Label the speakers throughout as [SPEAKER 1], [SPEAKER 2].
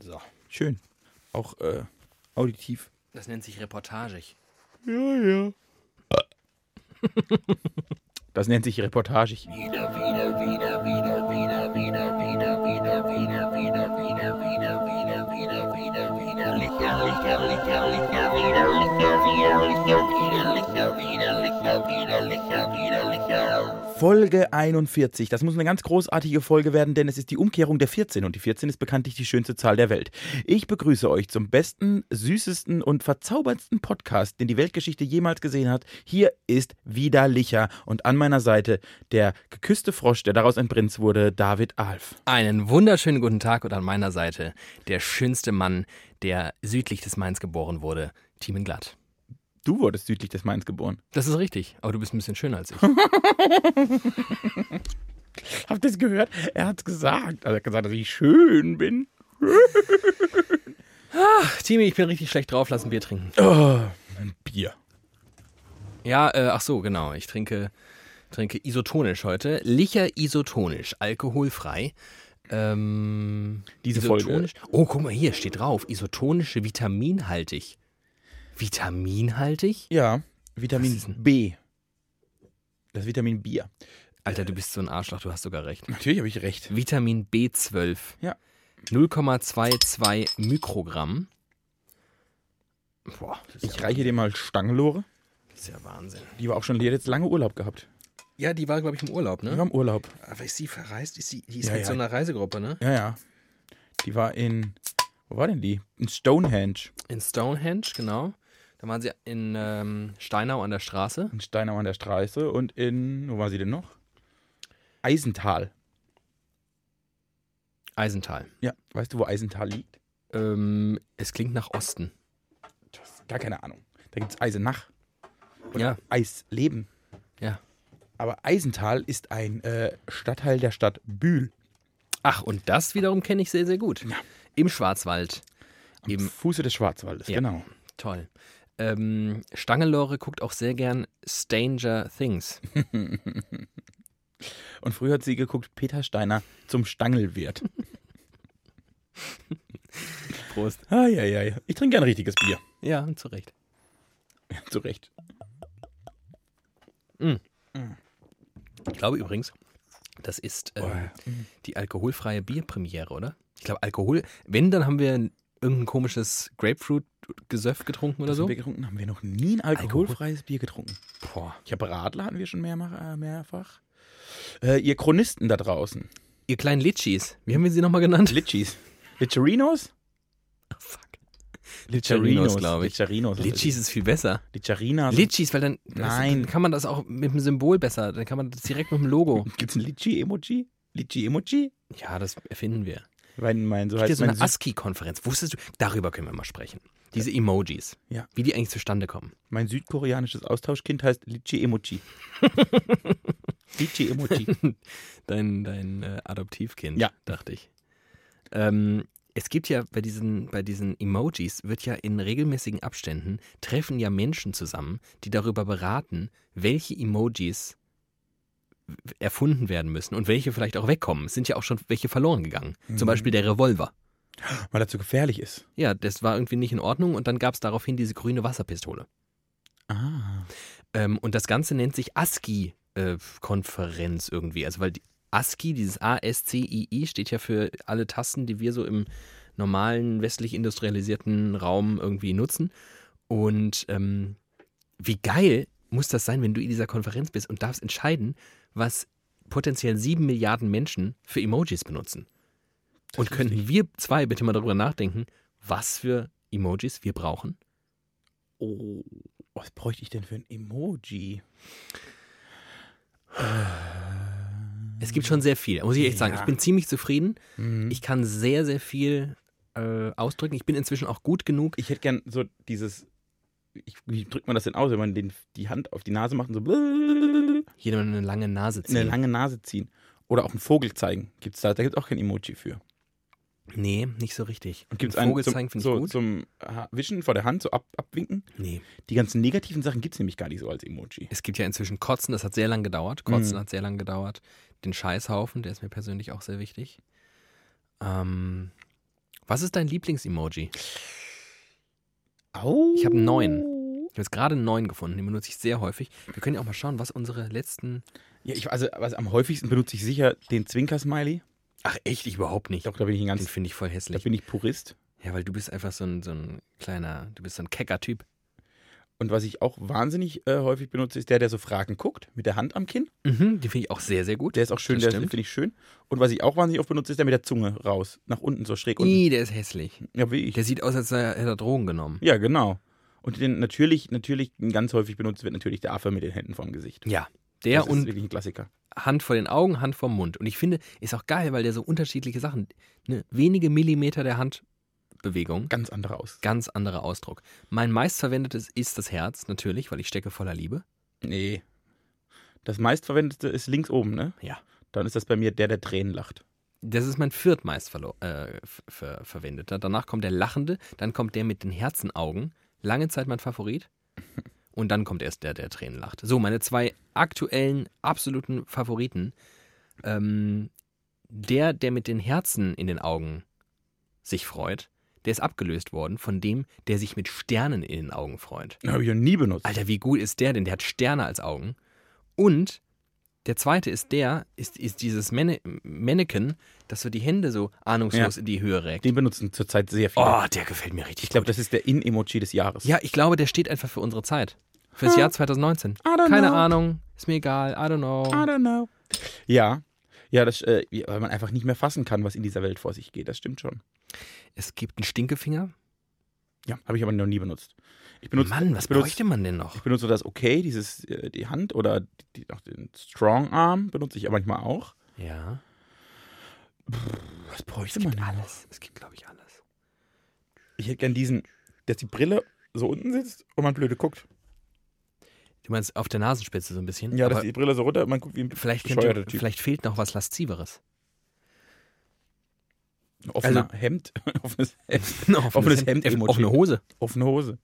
[SPEAKER 1] So,
[SPEAKER 2] Schön. Auch äh, auditiv.
[SPEAKER 1] das nennt sich reportagig.
[SPEAKER 2] Ja, ja. Das nennt sich Reportage. Folge 41. Das muss eine ganz großartige Folge werden, denn es ist die Umkehrung der 14 und die 14 ist bekanntlich die schönste Zahl der Welt. Ich begrüße euch zum besten, süßesten und verzauberndsten Podcast, den die Weltgeschichte jemals gesehen hat. Hier ist Widerlicher und an meiner Seite der geküsste Frosch, der daraus ein Prinz wurde, David Alf.
[SPEAKER 1] Einen wunderschönen guten Tag und an meiner Seite der schönste Mann, der südlich des Mains geboren wurde, Timen Glatt.
[SPEAKER 2] Du wurdest südlich des Mains geboren.
[SPEAKER 1] Das ist richtig, aber du bist ein bisschen schöner als ich.
[SPEAKER 2] Habt ihr es gehört? Er hat's gesagt. Also er hat gesagt, dass ich schön bin.
[SPEAKER 1] Timi, ich bin richtig schlecht drauf, lass ein Bier trinken.
[SPEAKER 2] Oh, ein Bier.
[SPEAKER 1] Ja, äh, ach so, genau. Ich trinke, trinke isotonisch heute. Licher isotonisch, alkoholfrei. Ähm,
[SPEAKER 2] Diese
[SPEAKER 1] isotonisch. Oh, guck mal, hier steht drauf. Isotonische, vitaminhaltig. Vitaminhaltig?
[SPEAKER 2] Ja,
[SPEAKER 1] Was
[SPEAKER 2] Vitamin
[SPEAKER 1] ist denn-
[SPEAKER 2] B. Das Vitamin Bier.
[SPEAKER 1] Alter, du bist so ein Arschloch, du hast sogar recht.
[SPEAKER 2] Natürlich habe ich recht.
[SPEAKER 1] Vitamin B12.
[SPEAKER 2] Ja.
[SPEAKER 1] 0,22 Mikrogramm. Boah, das ist,
[SPEAKER 2] Ich
[SPEAKER 1] ja,
[SPEAKER 2] reiche dir mal Stangenlore.
[SPEAKER 1] das ist ja Wahnsinn.
[SPEAKER 2] Die war auch schon, die hat jetzt lange Urlaub gehabt.
[SPEAKER 1] Ja, die war, glaube ich, im Urlaub, ne?
[SPEAKER 2] Die war im Urlaub.
[SPEAKER 1] Aber ist sie verreist? Ist sie, die ist
[SPEAKER 2] Ja,
[SPEAKER 1] mit
[SPEAKER 2] ja.
[SPEAKER 1] so einer Reisegruppe, ne?
[SPEAKER 2] Ja, ja. Die war in. Wo war denn die? In Stonehenge.
[SPEAKER 1] In Stonehenge, genau. Da waren sie in ähm, Steinau an der Straße.
[SPEAKER 2] In Steinau an der Straße und in. Wo war sie denn noch? Eisental.
[SPEAKER 1] Eisental.
[SPEAKER 2] Ja. Weißt du, wo Eisental liegt?
[SPEAKER 1] Ähm, es klingt nach Osten.
[SPEAKER 2] Gar keine Ahnung. Da gibt es Eisenach. Und
[SPEAKER 1] Ja.
[SPEAKER 2] Eisleben.
[SPEAKER 1] Ja.
[SPEAKER 2] Aber Eisental ist ein äh, Stadtteil der Stadt Bühl.
[SPEAKER 1] Ach, und das wiederum kenne ich sehr, sehr gut. Im Schwarzwald.
[SPEAKER 2] Am
[SPEAKER 1] Eben.
[SPEAKER 2] Fuße des Schwarzwaldes,
[SPEAKER 1] Ja.
[SPEAKER 2] genau.
[SPEAKER 1] Toll. Ähm, Stangelore guckt auch sehr gern Stranger Things.
[SPEAKER 2] Und früher hat sie geguckt, Peter Steiner zum Stangelwirt.
[SPEAKER 1] Prost.
[SPEAKER 2] Ah, ja, ja, ja. Ich trinke gern richtiges Bier.
[SPEAKER 1] Ja, zu Recht.
[SPEAKER 2] Ja, Zu Recht.
[SPEAKER 1] Ich glaube übrigens, das ist ähm,
[SPEAKER 2] Oh, ja.
[SPEAKER 1] die alkoholfreie Bierpremiere, oder? Ich glaube, Alkohol. Wenn, dann haben wir irgendein komisches Grapefruit-Gesöff getrunken oder
[SPEAKER 2] Das
[SPEAKER 1] so.
[SPEAKER 2] haben wir getrunken, haben wir noch nie ein alkoholfreies Bier getrunken.
[SPEAKER 1] Boah.
[SPEAKER 2] Ich habe Radler hatten wir schon mehrmach, äh, mehrfach. Äh, ihr Chronisten da draußen.
[SPEAKER 1] Ihr kleinen Litschis. Wie haben wir sie nochmal genannt?
[SPEAKER 2] Litschis. Litcherinos?
[SPEAKER 1] Fuck.
[SPEAKER 2] Litcherinos,
[SPEAKER 1] glaube ich.
[SPEAKER 2] Litcherinos.
[SPEAKER 1] Litschis Also ist viel besser.
[SPEAKER 2] Litcherinas.
[SPEAKER 1] Litschis, weil dann, das-
[SPEAKER 2] Nein.
[SPEAKER 1] dann kann man das auch mit dem Symbol besser. Dann kann man das direkt mit dem Logo.
[SPEAKER 2] Gibt es ein Litchi-Emoji? Litchi-Emoji?
[SPEAKER 1] Ja, das erfinden wir.
[SPEAKER 2] Mein, mein, so
[SPEAKER 1] Gibt ja
[SPEAKER 2] heißt
[SPEAKER 1] so
[SPEAKER 2] mein
[SPEAKER 1] eine
[SPEAKER 2] Süß-
[SPEAKER 1] ASCII-Konferenz. Wusstest du? Darüber können wir mal sprechen. Diese Emojis.
[SPEAKER 2] Ja.
[SPEAKER 1] Wie die eigentlich zustande kommen.
[SPEAKER 2] Mein südkoreanisches Austauschkind heißt Lichi Emoji. Lichi Emoji.
[SPEAKER 1] Dein, dein äh, Adoptivkind,
[SPEAKER 2] Ja.
[SPEAKER 1] dachte ich. Ähm, es gibt ja bei diesen, bei diesen Emojis, wird ja in regelmäßigen Abständen, treffen ja Menschen zusammen, die darüber beraten, welche Emojis w- erfunden werden müssen und welche vielleicht auch wegkommen. Es sind ja auch schon welche verloren gegangen. Zum Beispiel der Revolver.
[SPEAKER 2] Weil er zu gefährlich ist.
[SPEAKER 1] Ja, das war irgendwie nicht in Ordnung und dann gab es daraufhin diese grüne Wasserpistole.
[SPEAKER 2] Ah.
[SPEAKER 1] Ähm, und das Ganze nennt sich ASCII-Konferenz irgendwie. Also, weil die ASCII, dieses A-S-C-I-I, E, steht ja für alle Tasten, die wir so im normalen westlich industrialisierten Raum irgendwie nutzen. Und ähm, wie geil muss das sein, wenn du in dieser Konferenz bist und darfst entscheiden, was potenziell sieben Milliarden Menschen für Emojis benutzen. und
[SPEAKER 2] ist
[SPEAKER 1] könnten wir zwei bitte mal darüber nachdenken, was für Emojis wir brauchen?
[SPEAKER 2] Oh. Was bräuchte ich denn für ein Emoji?
[SPEAKER 1] Es gibt schon sehr viel, muss ich echt sagen.
[SPEAKER 2] Ja.
[SPEAKER 1] Ich bin ziemlich zufrieden.
[SPEAKER 2] Hm.
[SPEAKER 1] Ich kann sehr, sehr viel äh, ausdrücken. Ich bin inzwischen auch gut genug.
[SPEAKER 2] Ich hätte gern so dieses. Ich, wie drückt man das denn aus, wenn man den, die Hand auf die Nase macht und so eine
[SPEAKER 1] Hier eine lange Nase ziehen.
[SPEAKER 2] lange Nase ziehen? Oder auch einen Vogel zeigen. Gibt's da, da gibt es auch kein Emoji für.
[SPEAKER 1] nee, nicht so richtig.
[SPEAKER 2] Und gibt's
[SPEAKER 1] Einen
[SPEAKER 2] einen
[SPEAKER 1] Vogel
[SPEAKER 2] zum,
[SPEAKER 1] zeigen finde ich
[SPEAKER 2] so,
[SPEAKER 1] gut.
[SPEAKER 2] zum äh, Wischen vor der Hand, so ab, abwinken?
[SPEAKER 1] Nee.
[SPEAKER 2] Die ganzen negativen Sachen gibt es nämlich gar nicht so als Emoji.
[SPEAKER 1] Es gibt ja inzwischen Kotzen, das hat sehr lange gedauert. Kotzen
[SPEAKER 2] Mhm.
[SPEAKER 1] hat sehr lange gedauert. Den Scheißhaufen, der ist mir persönlich auch sehr wichtig. Ähm, was ist dein Lieblings-Emoji?
[SPEAKER 2] Au.
[SPEAKER 1] Ich hab neun. Ich habe jetzt gerade einen neuen gefunden, den benutze ich sehr häufig. Wir können ja auch mal schauen, was unsere letzten.
[SPEAKER 2] Ja, ich, also, also am häufigsten benutze ich sicher den Zwinker-Smiley.
[SPEAKER 1] Ach, echt? Ich überhaupt nicht.
[SPEAKER 2] Doch, da bin ich ein
[SPEAKER 1] Den
[SPEAKER 2] ganz,
[SPEAKER 1] finde ich voll
[SPEAKER 2] da
[SPEAKER 1] hässlich.
[SPEAKER 2] bin ich Purist.
[SPEAKER 1] Ja, weil du bist einfach so ein, so ein kleiner, du bist so ein kecker Typ.
[SPEAKER 2] Und was ich auch wahnsinnig äh, häufig benutze, ist der, der so Fragen guckt, mit der Hand am Kinn.
[SPEAKER 1] Mhm, den finde ich auch sehr, sehr gut.
[SPEAKER 2] Der ist auch schön,
[SPEAKER 1] Das
[SPEAKER 2] der
[SPEAKER 1] stimmt.
[SPEAKER 2] finde ich schön. Und was ich auch wahnsinnig oft benutze, ist der mit der Zunge raus, nach unten, so schräg unten.
[SPEAKER 1] Ih, der ist hässlich.
[SPEAKER 2] Ja, wie ich.
[SPEAKER 1] Der sieht aus, als sei er- hätte er Drogen genommen.
[SPEAKER 2] Ja, genau. Und den natürlich, natürlich ganz häufig benutzt wird natürlich der Affe mit den Händen vorm Gesicht.
[SPEAKER 1] Ja. Der
[SPEAKER 2] das ist
[SPEAKER 1] und
[SPEAKER 2] wirklich ein Klassiker.
[SPEAKER 1] Hand vor den Augen, Hand vor Mund. Und ich finde, ist auch geil, weil der so unterschiedliche Sachen, ne, wenige Millimeter der Handbewegung,
[SPEAKER 2] Ganz andere aus.
[SPEAKER 1] ganz anderer Ausdruck. Mein meistverwendetes ist das Herz, natürlich, weil ich stecke voller Liebe.
[SPEAKER 2] Nee. Das meistverwendete ist links oben, ne?
[SPEAKER 1] Ja.
[SPEAKER 2] Dann ist das bei mir der, der Tränen lacht.
[SPEAKER 1] Das ist mein viertmeist verlo- äh, ver ver verwendeter. Danach kommt der Lachende, dann kommt der mit den Herzenaugen, lange Zeit mein Favorit. Und dann kommt erst der, der Tränen lacht. So, meine zwei aktuellen, absoluten Favoriten. Ähm, der, der mit den Herzen in den Augen sich freut, der ist abgelöst worden von dem, der sich mit Sternen in den Augen freut.
[SPEAKER 2] Den habe ich noch nie benutzt.
[SPEAKER 1] Alter, wie gut ist der denn? Der hat Sterne als Augen. Und der zweite ist der, ist, ist dieses Manne Mannequin, dass so die Hände so ahnungslos in die Höhe rägt.
[SPEAKER 2] Den benutzen zurzeit sehr viele.
[SPEAKER 1] Oh, der gefällt mir richtig
[SPEAKER 2] ich glaube,
[SPEAKER 1] gut.
[SPEAKER 2] das ist der In-Emoji des Jahres.
[SPEAKER 1] Ja, ich glaube, der steht einfach für unsere Zeit. Fürs
[SPEAKER 2] Ah.
[SPEAKER 1] Jahr 2019.
[SPEAKER 2] don't
[SPEAKER 1] Keine
[SPEAKER 2] know.
[SPEAKER 1] Ahnung, ist mir egal, I don't know.
[SPEAKER 2] Genau. I don't know. Ja. Ja, das, äh, ja, weil man einfach nicht mehr fassen kann, was in dieser Welt vor sich geht. Das stimmt schon.
[SPEAKER 1] Es gibt einen Stinkefinger.
[SPEAKER 2] Ja, habe ich aber noch nie benutzt. Ich benutze,
[SPEAKER 1] Mann, was
[SPEAKER 2] ich benutze,
[SPEAKER 1] bräuchte man denn noch?
[SPEAKER 2] Ich benutze das okay, dieses, äh, die Hand oder die, die, auch den Strong Arm benutze ich aber manchmal auch.
[SPEAKER 1] Ja,
[SPEAKER 2] Was bräuchte man denn noch?
[SPEAKER 1] alles. Es gibt, glaube ich, alles.
[SPEAKER 2] Ich hätte gern diesen, dass die Brille so unten sitzt und man blöde guckt.
[SPEAKER 1] Du meinst auf der Nasenspitze so ein bisschen?
[SPEAKER 2] Ja, dass
[SPEAKER 1] aber
[SPEAKER 2] die Brille so runter und man guckt wie ein
[SPEAKER 1] vielleicht,
[SPEAKER 2] bescheuerter
[SPEAKER 1] könnte,
[SPEAKER 2] Typ.
[SPEAKER 1] vielleicht fehlt noch was Lasziveres.
[SPEAKER 2] Ein offener Hemd, offenes Hemd,
[SPEAKER 1] Ein
[SPEAKER 2] Offenes Hemd-Emoji.
[SPEAKER 1] Offene Hose.
[SPEAKER 2] offene Hose.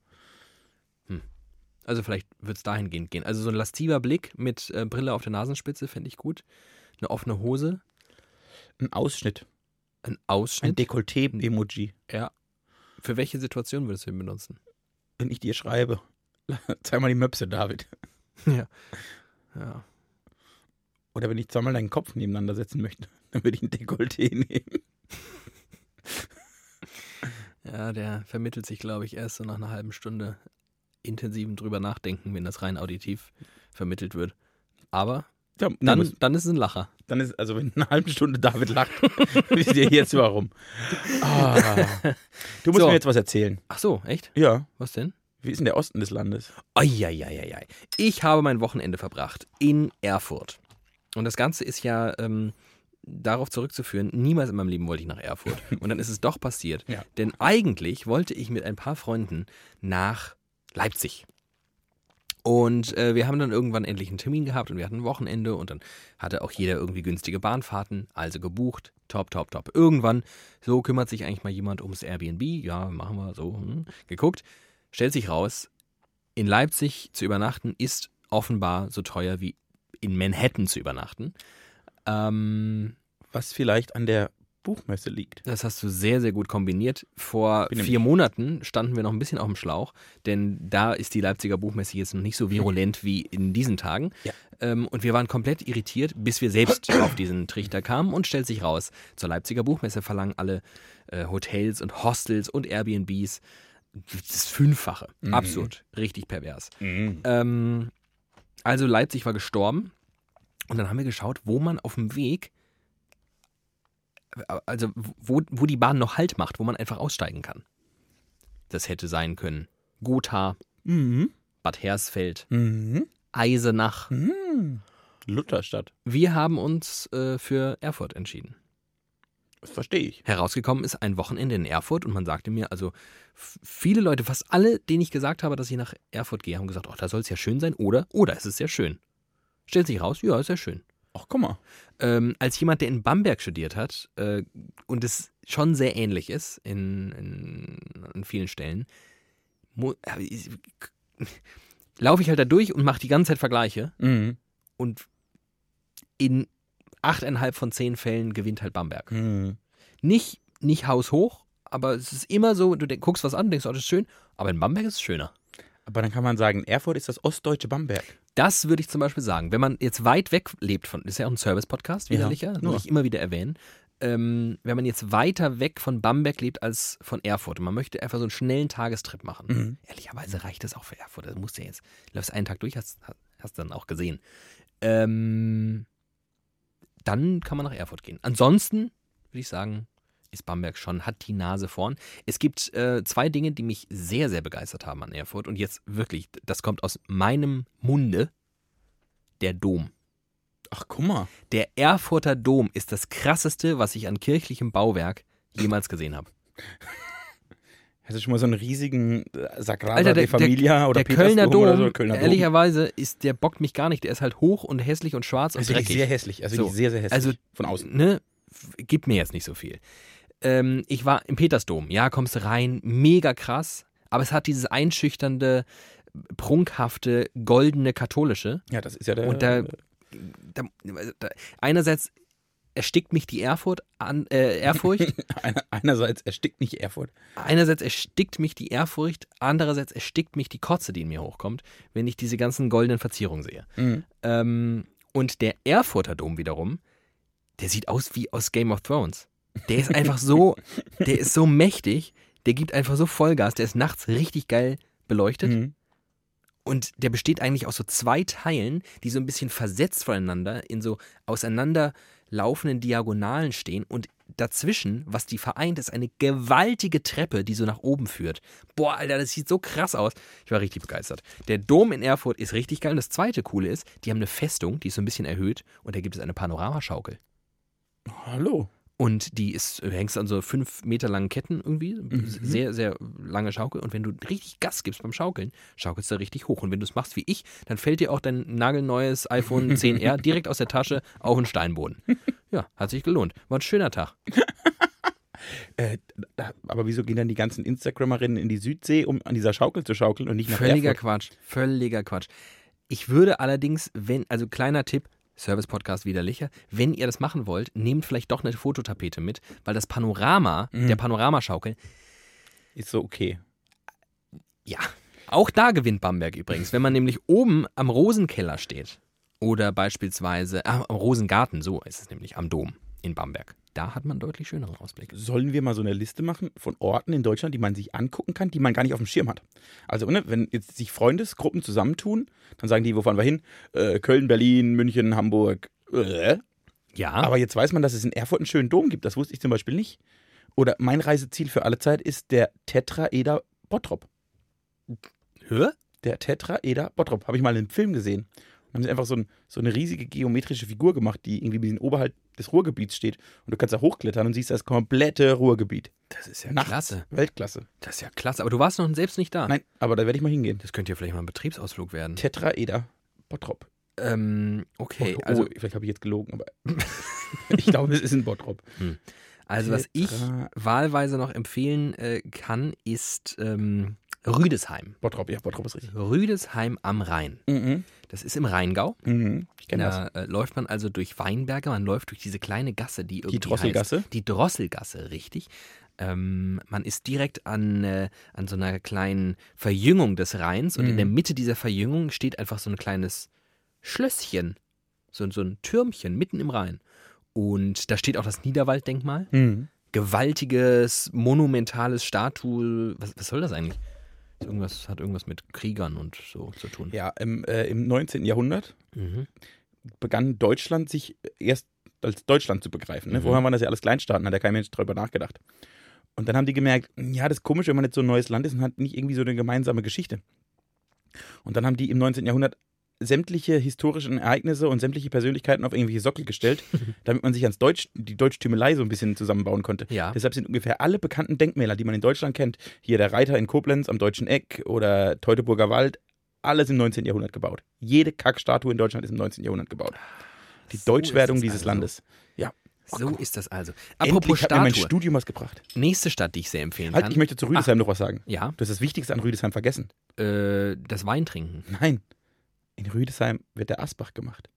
[SPEAKER 1] Also vielleicht wird es dahingehend gehen. Also so ein lastiver Blick mit äh, Brille auf der Nasenspitze fände ich gut. Eine offene Hose,
[SPEAKER 2] Ein Ausschnitt,
[SPEAKER 1] ein
[SPEAKER 2] ein
[SPEAKER 1] Ausschnitt.
[SPEAKER 2] Dekolleté-Emoji.
[SPEAKER 1] ja. Für welche Situation würdest du ihn benutzen?
[SPEAKER 2] Wenn ich dir schreibe, zeig mal die Möpse, David.
[SPEAKER 1] Ja.
[SPEAKER 2] Oder wenn ich zweimal deinen Kopf nebeneinander setzen möchte, dann würde ich ein Dekolleté nehmen.
[SPEAKER 1] ja, der vermittelt sich, glaube ich, erst so nach einer halben Stunde intensiven drüber nachdenken, wenn das rein auditiv vermittelt wird. Aber
[SPEAKER 2] Ja,
[SPEAKER 1] dann, dann ist es ein Lacher.
[SPEAKER 2] Dann ist, also wenn eine halbe Stunde David lacht, wisst ihr jetzt warum. Ah. Du musst
[SPEAKER 1] So.
[SPEAKER 2] mir jetzt was erzählen.
[SPEAKER 1] Ach so, echt?
[SPEAKER 2] Ja.
[SPEAKER 1] Was denn?
[SPEAKER 2] Wie ist denn der Osten des Landes?
[SPEAKER 1] Eieieiei. Ich habe mein Wochenende verbracht in Erfurt. Und das Ganze ist ja ähm, darauf zurückzuführen, niemals in meinem Leben wollte ich nach Erfurt. Und dann ist es doch passiert.
[SPEAKER 2] Ja.
[SPEAKER 1] Denn eigentlich wollte ich mit ein paar Freunden nach Leipzig. Und äh, wir haben dann irgendwann endlich einen Termin gehabt und wir hatten ein Wochenende und dann hatte auch jeder irgendwie günstige Bahnfahrten, also gebucht. Top, top, top. Irgendwann, so kümmert sich eigentlich mal jemand ums Airbnb. Ja, machen wir so. Hm. Geguckt. Stellt sich raus, in Leipzig zu übernachten ist offenbar so teuer wie in Manhattan zu übernachten. Ähm,
[SPEAKER 2] Was vielleicht an der Buchmesse liegt.
[SPEAKER 1] das hast du sehr, sehr gut kombiniert. Vor
[SPEAKER 2] Bin
[SPEAKER 1] vier Monaten standen wir noch ein bisschen auf dem Schlauch, denn da ist die Leipziger Buchmesse jetzt noch nicht so virulent wie in diesen Tagen.
[SPEAKER 2] Ja.
[SPEAKER 1] Ähm, und wir waren komplett irritiert, bis wir selbst auf diesen Trichter kamen und stellt sich raus, zur Leipziger Buchmesse verlangen alle äh, Hotels und Hostels und Airbnbs das Fünffache.
[SPEAKER 2] Mhm.
[SPEAKER 1] Absurd. Richtig pervers. Ähm, also Leipzig war gestorben und dann haben wir geschaut, wo man auf dem Weg, also wo, wo die Bahn noch Halt macht, wo man einfach aussteigen kann. Das hätte sein können. Gotha,
[SPEAKER 2] Mhm.
[SPEAKER 1] Bad Hersfeld,
[SPEAKER 2] Mhm.
[SPEAKER 1] Eisenach.
[SPEAKER 2] Mhm. Lutherstadt.
[SPEAKER 1] Wir haben uns äh, für Erfurt entschieden.
[SPEAKER 2] Das verstehe ich.
[SPEAKER 1] Herausgekommen ist ein Wochenende in Erfurt und man sagte mir, also f- viele Leute, fast alle, denen ich gesagt habe, dass ich nach Erfurt gehe, haben gesagt, oh, da soll es ja schön sein oder, oder es ist sehr schön. Stellt sich raus, ja, ist ja schön.
[SPEAKER 2] Ach, guck mal.
[SPEAKER 1] ähm, als jemand, der in Bamberg studiert hat äh, und es schon sehr ähnlich ist in, in, an vielen Stellen, mu- äh, ich- laufe ich halt da durch und mache die ganze Zeit Vergleiche
[SPEAKER 2] Mhm.
[SPEAKER 1] und in achteinhalb von zehn Fällen gewinnt halt Bamberg.
[SPEAKER 2] Mhm.
[SPEAKER 1] Nicht, nicht haushoch, aber es ist immer so, du denk, guckst was an, denkst, oh, das ist schön, aber in Bamberg ist es schöner.
[SPEAKER 2] Aber dann kann man sagen, Erfurt ist das ostdeutsche Bamberg.
[SPEAKER 1] Das würde ich zum Beispiel sagen. Wenn man jetzt weit weg lebt von, ist ja auch ein Service-Podcast,
[SPEAKER 2] Ja,
[SPEAKER 1] widerlicher,
[SPEAKER 2] nur.
[SPEAKER 1] muss ich immer wieder erwähnen. Ähm, wenn man jetzt weiter weg von Bamberg lebt als von Erfurt und man möchte einfach so einen schnellen Tagestrip machen,
[SPEAKER 2] Mhm.
[SPEAKER 1] ehrlicherweise reicht das auch für Erfurt. Das musst du ja jetzt, du läufst einen Tag durch, hast, hast dann auch gesehen. Ähm, dann kann man nach Erfurt gehen. Ansonsten würde ich sagen, ist Bamberg schon, hat die Nase vorn. Es gibt äh, zwei Dinge, die mich sehr, sehr begeistert haben an Erfurt. Und jetzt wirklich, das kommt aus meinem Munde. Der Dom.
[SPEAKER 2] Ach, guck mal.
[SPEAKER 1] Der Erfurter Dom ist das krasseste, was ich an kirchlichem Bauwerk jemals gesehen habe.
[SPEAKER 2] Hast du schon mal so einen riesigen äh, Sagrada
[SPEAKER 1] Alter, der-
[SPEAKER 2] de Familia Ah, oder
[SPEAKER 1] der Kölner
[SPEAKER 2] Petersdom
[SPEAKER 1] Dom,
[SPEAKER 2] oder so? Kölner Dom.
[SPEAKER 1] ehrlicherweise, ist, der bockt mich gar nicht. Der ist halt hoch und hässlich und schwarz und
[SPEAKER 2] Also wirklich
[SPEAKER 1] dreckig.
[SPEAKER 2] sehr hässlich. Also
[SPEAKER 1] So.
[SPEAKER 2] wirklich sehr, sehr hässlich.
[SPEAKER 1] Also-
[SPEAKER 2] von außen.
[SPEAKER 1] ne, f- gibt mir jetzt nicht so viel. Ähm, ich war im Petersdom, ja, kommst du rein, mega krass, aber es hat dieses einschüchternde, prunkhafte, goldene, katholische.
[SPEAKER 2] Ja, das ist ja der.
[SPEAKER 1] Und da, da, da, einerseits erstickt mich die Erfurt an, äh, Ehrfurcht,
[SPEAKER 2] einer, einerseits erstickt nicht Erfurt.
[SPEAKER 1] einerseits erstickt mich die Ehrfurcht, andererseits erstickt mich die Kotze, die in mir hochkommt, wenn ich diese ganzen goldenen Verzierungen sehe.
[SPEAKER 2] Mhm.
[SPEAKER 1] Ähm, und der Erfurter Dom wiederum, der sieht aus wie aus Game of Thrones. Der ist einfach so, der ist so mächtig, der gibt einfach so Vollgas, der ist nachts richtig geil beleuchtet
[SPEAKER 2] Mhm.
[SPEAKER 1] und der besteht eigentlich aus so zwei Teilen, die so ein bisschen versetzt voneinander in so auseinanderlaufenden Diagonalen stehen und dazwischen, was die vereint, ist eine gewaltige Treppe, die so nach oben führt. Boah, Alter, das sieht so krass aus. Ich war richtig begeistert. Der Dom in Erfurt ist richtig geil und das zweite coole ist, die haben eine Festung, die ist so ein bisschen erhöht und da gibt es eine Panoramaschaukel.
[SPEAKER 2] Hallo.
[SPEAKER 1] Und die ist, hängst an so fünf Meter langen Ketten irgendwie,
[SPEAKER 2] Mhm.
[SPEAKER 1] sehr, sehr lange Schaukel. Und wenn du richtig Gas gibst beim Schaukeln, schaukelst du richtig hoch. Und wenn du es machst wie ich, dann fällt dir auch dein nagelneues iPhone 10R direkt aus der Tasche auf den Steinboden. Ja, hat sich gelohnt. War ein schöner Tag.
[SPEAKER 2] Äh, da- aber wieso gehen dann die ganzen Instagrammerinnen in die Südsee, um an dieser Schaukel zu schaukeln und nicht nach
[SPEAKER 1] Völliger
[SPEAKER 2] Erfurt?
[SPEAKER 1] Quatsch. Völliger Quatsch. Ich würde allerdings, wenn, also kleiner Tipp, Service-Podcast widerlicher, wenn ihr das machen wollt, nehmt vielleicht doch eine Fototapete mit, weil das Panorama,
[SPEAKER 2] Mhm.
[SPEAKER 1] der Panoramaschaukel,
[SPEAKER 2] Ist so okay.
[SPEAKER 1] Ja, auch da gewinnt Bamberg übrigens. Wenn man nämlich oben am Rosenkeller steht oder beispielsweise ah, am Rosengarten, so ist es nämlich, am Dom in Bamberg, da hat man deutlich schöneren Ausblick.
[SPEAKER 2] Sollen wir mal so eine Liste machen von Orten in Deutschland, die man sich angucken kann, die man gar nicht auf dem Schirm hat? Also, ne, wenn jetzt sich Freundesgruppen zusammentun, dann sagen die, wo fahren wir hin? Äh, Köln, Berlin, München, Hamburg. Äh.
[SPEAKER 1] Ja,
[SPEAKER 2] Aber jetzt weiß man, dass es in Erfurt einen schönen Dom gibt. Das wusste ich zum Beispiel nicht. Oder mein Reiseziel für alle Zeit ist der Tetraeder Bottrop.
[SPEAKER 1] hör?
[SPEAKER 2] Der Tetraeder Bottrop. Habe ich mal in einem Film gesehen. Da haben sie einfach so, ein, so eine riesige geometrische Figur gemacht, die irgendwie ein bisschen oberhalb des Ruhrgebiets steht. Und du kannst da hochklettern und siehst das komplette Ruhrgebiet.
[SPEAKER 1] Das ist ja Ah.
[SPEAKER 2] Nachts.
[SPEAKER 1] klasse.
[SPEAKER 2] Weltklasse.
[SPEAKER 1] Das ist ja klasse. Aber du warst noch selbst nicht da.
[SPEAKER 2] Nein, aber da werde ich mal hingehen.
[SPEAKER 1] Das könnte ja vielleicht mal ein Betriebsausflug werden.
[SPEAKER 2] Tetraeder Bottrop.
[SPEAKER 1] Ähm, okay,
[SPEAKER 2] oh,
[SPEAKER 1] also,
[SPEAKER 2] oh, vielleicht habe ich jetzt gelogen, aber ich glaube, es ist in Bottrop.
[SPEAKER 1] also was ich
[SPEAKER 2] Tetra-
[SPEAKER 1] wahlweise noch empfehlen äh, kann, ist ähm, Rüdesheim.
[SPEAKER 2] Bottrop, ja, Bottrop ist richtig.
[SPEAKER 1] Rüdesheim am Rhein.
[SPEAKER 2] Mhm.
[SPEAKER 1] Das ist im Rheingau.
[SPEAKER 2] Mhm. Ich kenne das.
[SPEAKER 1] Da äh, läuft man also durch Weinberge, man läuft durch diese kleine Gasse, die irgendwie
[SPEAKER 2] Die Drosselgasse.
[SPEAKER 1] heißt. Die Drosselgasse, richtig. Ähm, man ist direkt an, äh, an so einer kleinen Verjüngung des Rheins und in
[SPEAKER 2] Mhm.
[SPEAKER 1] der Mitte dieser Verjüngung steht einfach so ein kleines Schlösschen, so, so ein Türmchen mitten im Rhein. Und da steht auch das Niederwalddenkmal.
[SPEAKER 2] Mhm.
[SPEAKER 1] Gewaltiges, monumentales Statue. Was, was soll das eigentlich? Ist Irgendwas hat irgendwas mit Kriegern und so zu tun.
[SPEAKER 2] Ja, im, äh, im 19. Jahrhundert
[SPEAKER 1] Mhm.
[SPEAKER 2] begann Deutschland sich erst als Deutschland zu begreifen. Ne?
[SPEAKER 1] Mhm.
[SPEAKER 2] Vorher waren das ja alles Kleinstaaten, hat ja kein Mensch darüber nachgedacht. Und dann haben die gemerkt, ja, das ist komisch, wenn man jetzt so ein neues Land ist und hat nicht irgendwie so eine gemeinsame Geschichte. Und dann haben die im 19. Jahrhundert sämtliche historischen Ereignisse und sämtliche Persönlichkeiten auf irgendwelche Sockel gestellt, damit man sich ans Deutsch, die Deutschtümelei so ein bisschen zusammenbauen konnte.
[SPEAKER 1] Ja.
[SPEAKER 2] Deshalb sind ungefähr alle bekannten Denkmäler, die man in Deutschland kennt, hier der Reiter in Koblenz am Deutschen Eck oder Teutoburger Wald, alles im 19. Jahrhundert gebaut. Jede Kackstatue in Deutschland ist im 19. Jahrhundert gebaut. Die
[SPEAKER 1] So
[SPEAKER 2] Deutschwerdung
[SPEAKER 1] ist es
[SPEAKER 2] dieses
[SPEAKER 1] also.
[SPEAKER 2] Landes. Ja.
[SPEAKER 1] So ist das also.
[SPEAKER 2] Endlich
[SPEAKER 1] Apropos
[SPEAKER 2] hat mir mein
[SPEAKER 1] Statue. Ah.
[SPEAKER 2] Studium was gebracht.
[SPEAKER 1] Nächste Stadt, die ich sehr empfehlen
[SPEAKER 2] Halt,
[SPEAKER 1] kann.
[SPEAKER 2] ich möchte zu Rüdesheim noch was sagen.
[SPEAKER 1] ja,
[SPEAKER 2] Du hast das Wichtigste an Rüdesheim vergessen.
[SPEAKER 1] äh, das Weintrinken.
[SPEAKER 2] Nein. In Rüdesheim wird der Asbach gemacht.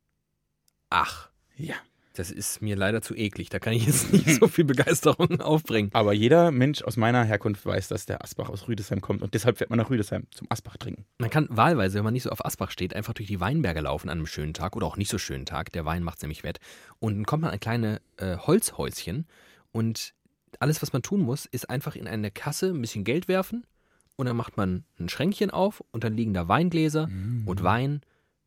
[SPEAKER 1] Ach,
[SPEAKER 2] Ja.
[SPEAKER 1] Das ist mir leider zu eklig. Da kann ich jetzt nicht so viel Begeisterung aufbringen.
[SPEAKER 2] Aber jeder Mensch aus meiner Herkunft weiß, dass der Asbach aus Rüdesheim kommt und deshalb fährt man nach Rüdesheim zum Asbach trinken.
[SPEAKER 1] Man kann wahlweise, wenn man nicht so auf Asbach steht, einfach durch die Weinberge laufen an einem schönen Tag oder auch nicht so schönen Tag. Der Wein macht nämlich wett. Und dann kommt man an kleine äh, Holzhäuschen und alles, was man tun muss, ist einfach in eine Kasse ein bisschen Geld werfen und dann macht man ein Schränkchen auf und dann liegen da Weingläser
[SPEAKER 2] Hm.
[SPEAKER 1] und
[SPEAKER 2] Mhm.
[SPEAKER 1] Wein,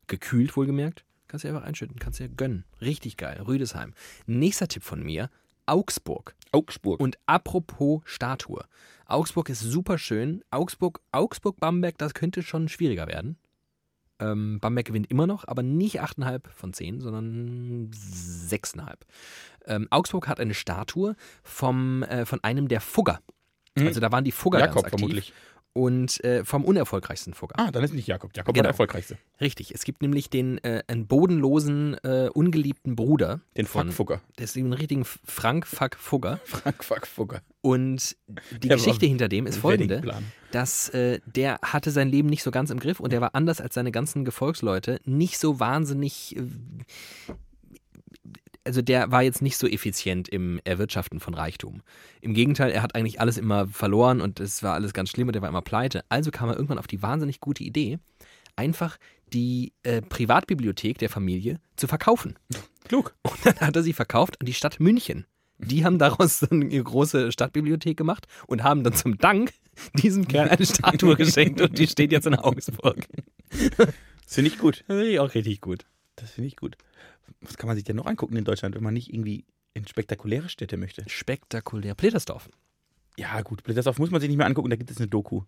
[SPEAKER 1] gekühlt wohlgemerkt. Kannst du einfach einschütten, kannst dir gönnen. Richtig geil, Rüdesheim. Nächster Tipp von mir, Augsburg.
[SPEAKER 2] Augsburg.
[SPEAKER 1] Und apropos Statue. Augsburg ist super schön. Augsburg, Augsburg, Bamberg, das könnte schon schwieriger werden. Ähm, Bamberg gewinnt immer noch, aber nicht 8,5 von 10, sondern 6,5. Ähm, Augsburg hat eine Statue vom, äh, von einem der Fugger.
[SPEAKER 2] Mhm.
[SPEAKER 1] Also da waren die Fugger ganz
[SPEAKER 2] Jakob
[SPEAKER 1] aktiv.
[SPEAKER 2] vermutlich.
[SPEAKER 1] Und äh, vom unerfolgreichsten Fugger.
[SPEAKER 2] Ah, dann ist nicht Jakob. Jakob war
[SPEAKER 1] Genau.
[SPEAKER 2] der erfolgreichste.
[SPEAKER 1] Richtig, es gibt nämlich den äh, einen bodenlosen, äh, ungeliebten Bruder.
[SPEAKER 2] Den
[SPEAKER 1] von-
[SPEAKER 2] Fuckfugger.
[SPEAKER 1] Das ist einen richtigen Frank Fuck Fugger.
[SPEAKER 2] Frank Fuckfugger.
[SPEAKER 1] Und die
[SPEAKER 2] Der war-
[SPEAKER 1] Geschichte hinter dem ist folgende.
[SPEAKER 2] Weddingplan.
[SPEAKER 1] dass äh, der hatte sein Leben nicht so ganz im Griff und der war anders als seine ganzen Gefolgsleute nicht so wahnsinnig. äh, Also der war jetzt nicht so effizient im Erwirtschaften von Reichtum. Im Gegenteil, er hat eigentlich alles immer verloren und es war alles ganz schlimm und er war immer pleite. Also kam er irgendwann auf die wahnsinnig gute Idee, einfach die äh, Privatbibliothek der Familie zu verkaufen.
[SPEAKER 2] Klug.
[SPEAKER 1] Und dann hat er sie verkauft an die Stadt München. Die haben daraus dann ihre große Stadtbibliothek gemacht und haben dann zum Dank diesem Kerl eine Statue geschenkt und die steht jetzt in Augsburg.
[SPEAKER 2] Das finde ich gut.
[SPEAKER 1] Das finde ich auch richtig gut.
[SPEAKER 2] Das finde ich gut. Was kann man sich denn noch angucken in Deutschland, wenn man nicht irgendwie in spektakuläre Städte möchte?
[SPEAKER 1] Spektakulär. Pletersdorf.
[SPEAKER 2] Ja, gut. Blitzersdorf muss man sich nicht mehr angucken, da gibt es eine Doku.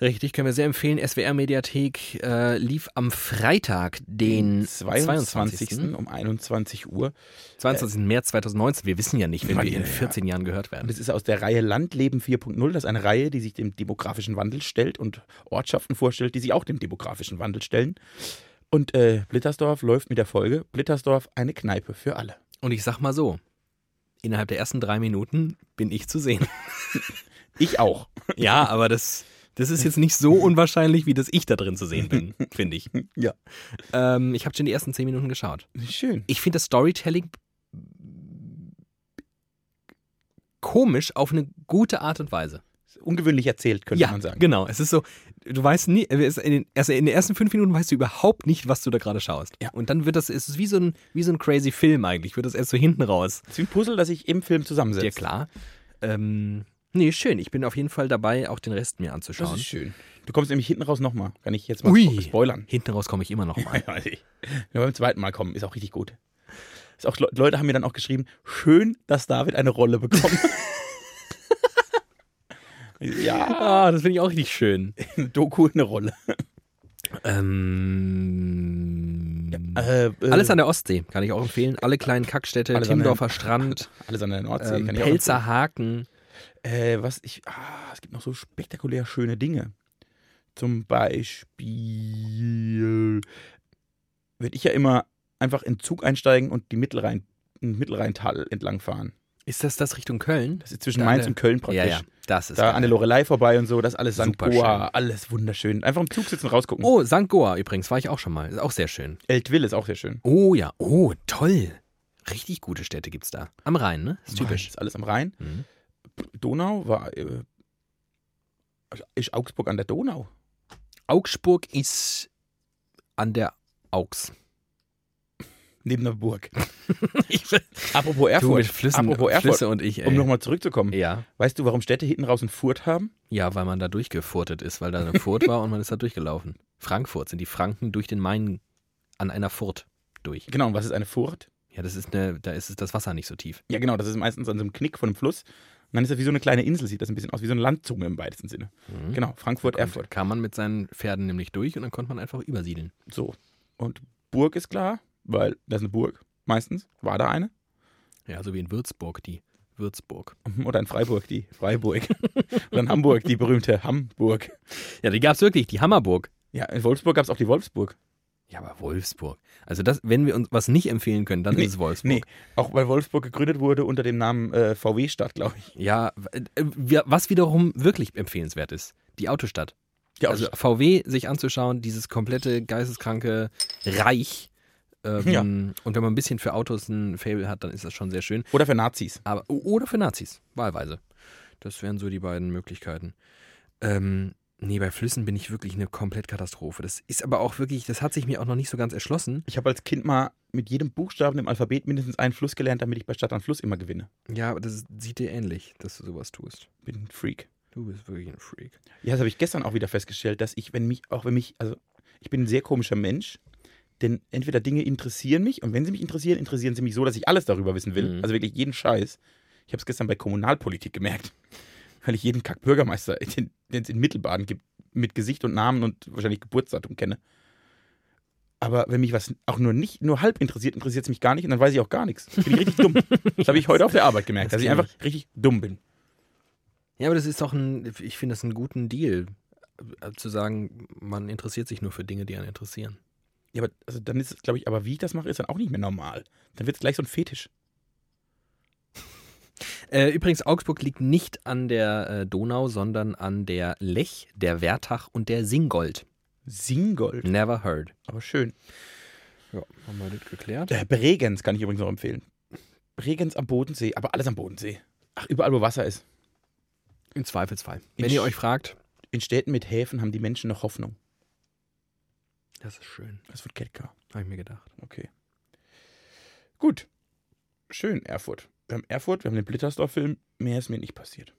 [SPEAKER 1] Richtig, können wir sehr empfehlen. SWR-Mediathek äh, lief am Freitag, den
[SPEAKER 2] 22.
[SPEAKER 1] 22.
[SPEAKER 2] um 21 Uhr.
[SPEAKER 1] 22. März 2019. Wir wissen ja nicht, wenn
[SPEAKER 2] Ja,
[SPEAKER 1] wir in
[SPEAKER 2] ja, ja.
[SPEAKER 1] 14 Jahren gehört
[SPEAKER 2] Und
[SPEAKER 1] werden.
[SPEAKER 2] es Ähm, ist aus der Reihe Landleben 4.0. Das ist eine Reihe, die sich dem demografischen Wandel stellt und Ortschaften vorstellt, die sich auch dem demografischen Wandel stellen. Und äh, Blittersdorf läuft mit der Folge Blittersdorf eine Kneipe für alle.
[SPEAKER 1] Und ich sag mal so, innerhalb der ersten drei Minuten bin ich zu sehen.
[SPEAKER 2] Ich auch.
[SPEAKER 1] Ja, aber das, das ist jetzt nicht so unwahrscheinlich, wie dass ich da drin zu sehen bin, finde ich.
[SPEAKER 2] Ja.
[SPEAKER 1] Ähm, ich habe schon die ersten zehn Minuten geschaut.
[SPEAKER 2] Schön.
[SPEAKER 1] Ich finde das Storytelling komisch auf eine gute Art und Weise.
[SPEAKER 2] Ungewöhnlich erzählt, könnte
[SPEAKER 1] ja,
[SPEAKER 2] man sagen.
[SPEAKER 1] genau. Es ist so, du weißt nie, es- in den, also in den ersten fünf Minuten weißt du überhaupt nicht, was du da gerade schaust.
[SPEAKER 2] Ja.
[SPEAKER 1] Und dann wird das, es ist wie so ein, wie so ein crazy Film eigentlich, wird das erst so hinten raus.
[SPEAKER 2] Es ist wie ein Puzzle, das sich im Film zusammensetzt.
[SPEAKER 1] Dir klar. Ähm, nee, schön. Ich bin auf jeden Fall dabei, auch den Rest mir anzuschauen.
[SPEAKER 2] Das ist schön. Du kommst nämlich hinten raus nochmal. Kann ich jetzt mal
[SPEAKER 1] Ui.
[SPEAKER 2] spoilern.
[SPEAKER 1] Hinten raus komme ich immer noch mal.
[SPEAKER 2] Ja, ich- Wenn wir beim zweiten Mal kommen, ist auch richtig gut. Ist auch, Leute haben mir dann auch geschrieben, schön, dass David eine Rolle bekommt. ja,
[SPEAKER 1] Ah, das finde ich auch richtig schön.
[SPEAKER 2] eine Doku eine Rolle.
[SPEAKER 1] Ähm,
[SPEAKER 2] Äh, äh,
[SPEAKER 1] Alles an der Ostsee kann ich auch empfehlen. Alle kleinen Kackstädte,
[SPEAKER 2] Alles an der-
[SPEAKER 1] Timdorfer Strand,
[SPEAKER 2] alles an der Nordsee.
[SPEAKER 1] ähm,
[SPEAKER 2] kann ich auch
[SPEAKER 1] Pelzer Haken.
[SPEAKER 2] Äh, was ich, ah, es gibt noch so spektakulär schöne Dinge. Zum Beispiel würde ich ja immer einfach in Zug einsteigen und die Mittelrhein, im Mittelrheintal entlang fahren.
[SPEAKER 1] Ist das das Richtung Köln?
[SPEAKER 2] Das ist zwischen
[SPEAKER 1] Da
[SPEAKER 2] Mainz
[SPEAKER 1] eine-
[SPEAKER 2] und Köln praktisch.
[SPEAKER 1] Ja, ja, das ist
[SPEAKER 2] Da
[SPEAKER 1] geil.
[SPEAKER 2] an der Lorelei vorbei und so, das ist alles St.
[SPEAKER 1] Superschön.
[SPEAKER 2] Goa, alles wunderschön. Einfach im Zug sitzen, rausgucken.
[SPEAKER 1] Oh, St. Goa übrigens, war ich auch schon mal. Ist auch sehr schön.
[SPEAKER 2] Eltville ist auch sehr schön.
[SPEAKER 1] Oh ja, oh, toll. Richtig gute Städte gibt's da. Am Rhein, ne? Ist typisch.
[SPEAKER 2] Ist alles am Rhein.
[SPEAKER 1] Mhm.
[SPEAKER 2] Donau war, äh, ist Augsburg an der Donau.
[SPEAKER 1] Augsburg ist an der Augs.
[SPEAKER 2] Neben der Burg.
[SPEAKER 1] Ich
[SPEAKER 2] Apropos
[SPEAKER 1] du
[SPEAKER 2] Erfurt.
[SPEAKER 1] mit Flüssen,
[SPEAKER 2] Apropos Erfurt.
[SPEAKER 1] Flüsse und ich, ey.
[SPEAKER 2] Um nochmal zurückzukommen.
[SPEAKER 1] ja.
[SPEAKER 2] Weißt du, warum Städte hinten raus einen Furt haben?
[SPEAKER 1] Ja, weil man da durchgefurtet ist, weil da eine Furt war und man ist da durchgelaufen. Frankfurt sind die Franken durch den Main an einer Furt durch.
[SPEAKER 2] Genau, und was ist eine Furt?
[SPEAKER 1] Ja, das ist eine, da ist es- das Wasser nicht so tief.
[SPEAKER 2] Ja, genau, das ist meistens an so einem Knick von einem Fluss. Und dann ist das wie so eine kleine Insel, sieht das ein bisschen aus, wie so eine Landzunge im weitesten Sinne.
[SPEAKER 1] Mhm.
[SPEAKER 2] Genau, Frankfurt, Erfurt.
[SPEAKER 1] Und kam man mit seinen Pferden nämlich durch und dann konnte man einfach übersiedeln.
[SPEAKER 2] So. Und Burg ist klar, weil das ist eine Burg, meistens. War da eine?
[SPEAKER 1] Ja, so wie in Würzburg, die Würzburg.
[SPEAKER 2] Mhm, Oder in Freiburg, die Freiburg. Oder in Hamburg, die berühmte Hamburg.
[SPEAKER 1] Ja, die gab es wirklich, die Hammerburg.
[SPEAKER 2] Ja, in Wolfsburg gab es auch die Wolfsburg.
[SPEAKER 1] Ja, aber Wolfsburg. Also das, wenn wir uns was nicht empfehlen können, dann
[SPEAKER 2] Nee,
[SPEAKER 1] ist es Wolfsburg.
[SPEAKER 2] Nee, auch weil Wolfsburg gegründet wurde unter dem Namen äh, VW-Stadt, glaube ich.
[SPEAKER 1] Ja, w- äh, wir- was wiederum wirklich empfehlenswert ist, die Autostadt.
[SPEAKER 2] Ja, Also,
[SPEAKER 1] also VW sich anzuschauen, dieses komplette geisteskranke Reich Ähm,
[SPEAKER 2] Ja.
[SPEAKER 1] Und wenn man ein bisschen für Autos ein Fable hat, dann ist das schon sehr schön.
[SPEAKER 2] Oder für Nazis.
[SPEAKER 1] Aber, o- oder für Nazis, wahlweise. Das wären so die beiden Möglichkeiten. Ähm, nee, bei Flüssen bin ich wirklich eine Komplettkatastrophe. Das ist aber auch wirklich, das hat sich mir auch noch nicht so ganz erschlossen.
[SPEAKER 2] Ich habe als Kind mal mit jedem Buchstaben im Alphabet mindestens einen Fluss gelernt, damit ich bei Stadt an Fluss immer gewinne.
[SPEAKER 1] Ja, aber das sieht dir ähnlich, dass du sowas tust.
[SPEAKER 2] Bin ein Freak.
[SPEAKER 1] Du bist wirklich ein Freak.
[SPEAKER 2] Ja, das habe ich gestern auch wieder festgestellt, dass ich, wenn mich, auch wenn mich, also ich bin ein sehr komischer Mensch, denn entweder Dinge interessieren mich und wenn sie mich interessieren, interessieren sie mich so, dass ich alles darüber wissen will.
[SPEAKER 1] Mhm.
[SPEAKER 2] Also wirklich jeden Scheiß. Ich habe es gestern bei Kommunalpolitik gemerkt, weil ich jeden Kack Bürgermeister, den den es in Mittelbaden gibt, mit Gesicht und Namen und wahrscheinlich Geburtsdatum kenne. Aber wenn mich was auch nur nicht, nur halb interessiert, interessiert es mich gar nicht und dann weiß ich auch gar nichts. Bin ich richtig dumm. Das habe ich heute auf der Arbeit gemerkt,
[SPEAKER 1] Das
[SPEAKER 2] dass ich
[SPEAKER 1] kenn
[SPEAKER 2] einfach richtig dumm bin.
[SPEAKER 1] Ja, aber das ist doch ein, ich finde das einen guten Deal, äh, zu sagen, man interessiert sich nur für Dinge, die einen interessieren.
[SPEAKER 2] Ja, aber also dann ist es, glaube ich, aber wie ich das mache, ist dann auch nicht mehr normal. Dann wird es gleich so ein Fetisch.
[SPEAKER 1] Äh, übrigens, Augsburg liegt nicht an der äh, Donau, sondern an der Lech, der Wertach und der Singold.
[SPEAKER 2] Singold.
[SPEAKER 1] Never heard.
[SPEAKER 2] Aber schön.
[SPEAKER 1] Ja, haben wir das geklärt?
[SPEAKER 2] Äh, Bregenz kann ich übrigens noch empfehlen. Bregenz am Bodensee, aber alles am Bodensee. Ach, überall, wo Wasser ist.
[SPEAKER 1] Im Zweifelsfall.
[SPEAKER 2] In
[SPEAKER 1] Wenn ihr
[SPEAKER 2] Sch-
[SPEAKER 1] euch fragt,
[SPEAKER 2] In Städten mit Häfen haben die Menschen noch Hoffnung.
[SPEAKER 1] das ist schön.
[SPEAKER 2] Das wird Ketka.
[SPEAKER 1] Habe ich mir gedacht.
[SPEAKER 2] Okay. Gut. Schön, Erfurt. Wir haben Erfurt, wir haben den Blittersdorf-Film. Mehr ist mir nicht passiert.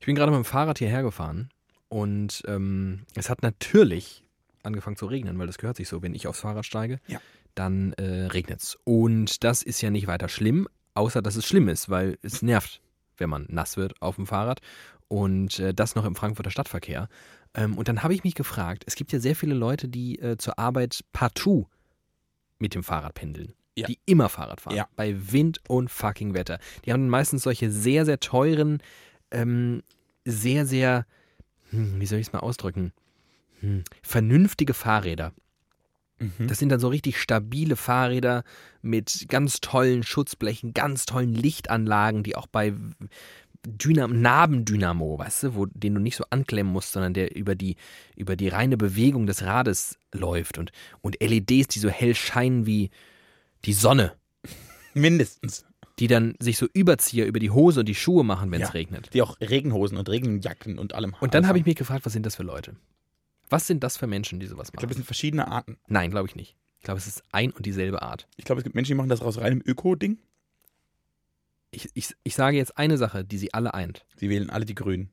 [SPEAKER 1] Ich bin gerade mit dem Fahrrad hierher gefahren und ähm, es hat natürlich angefangen zu regnen, weil das gehört sich so. Wenn ich aufs Fahrrad steige,
[SPEAKER 2] Ja.
[SPEAKER 1] dann äh, regnet es. Und das ist ja nicht weiter schlimm, außer dass es schlimm ist, weil es nervt, wenn man nass wird auf dem Fahrrad. Und äh, das noch im Frankfurter Stadtverkehr. Ähm, und dann habe ich mich gefragt, es gibt ja sehr viele Leute, die äh, zur Arbeit partout mit dem Fahrrad pendeln.
[SPEAKER 2] Ja.
[SPEAKER 1] Die immer Fahrrad fahren.
[SPEAKER 2] Ja.
[SPEAKER 1] Bei Wind und fucking Wetter. Die haben meistens solche sehr, sehr teuren, ähm, sehr, sehr, hm, wie soll ich es mal ausdrücken? Hm, vernünftige Fahrräder.
[SPEAKER 2] Hm.
[SPEAKER 1] Das sind dann so richtig stabile Fahrräder mit ganz tollen Schutzblechen, ganz tollen Lichtanlagen, die auch bei Dynam Nabendynamo, weißt du, wo, den du nicht so anklemmen musst, sondern der über die, über die reine Bewegung des Rades läuft und, und LEDs, die so hell scheinen wie die Sonne,
[SPEAKER 2] Mindestens.
[SPEAKER 1] die dann sich so Überzieher über die Hose und die Schuhe machen, wenn es
[SPEAKER 2] Ja.
[SPEAKER 1] regnet.
[SPEAKER 2] Die auch Regenhosen und Regenjacken und allem
[SPEAKER 1] Und dann habe ich mich gefragt, was sind das für Leute? Was sind das für Menschen, die sowas
[SPEAKER 2] Ich glaube, es
[SPEAKER 1] machen?
[SPEAKER 2] sind verschiedene Arten.
[SPEAKER 1] Nein, glaube ich nicht. Ich glaube, es ist ein und dieselbe Art.
[SPEAKER 2] Ich glaube, es gibt Menschen, die machen das aus reinem Öko-Ding.
[SPEAKER 1] ich, ich, ich sage jetzt eine Sache, die sie alle eint.
[SPEAKER 2] Sie wählen alle die Grünen.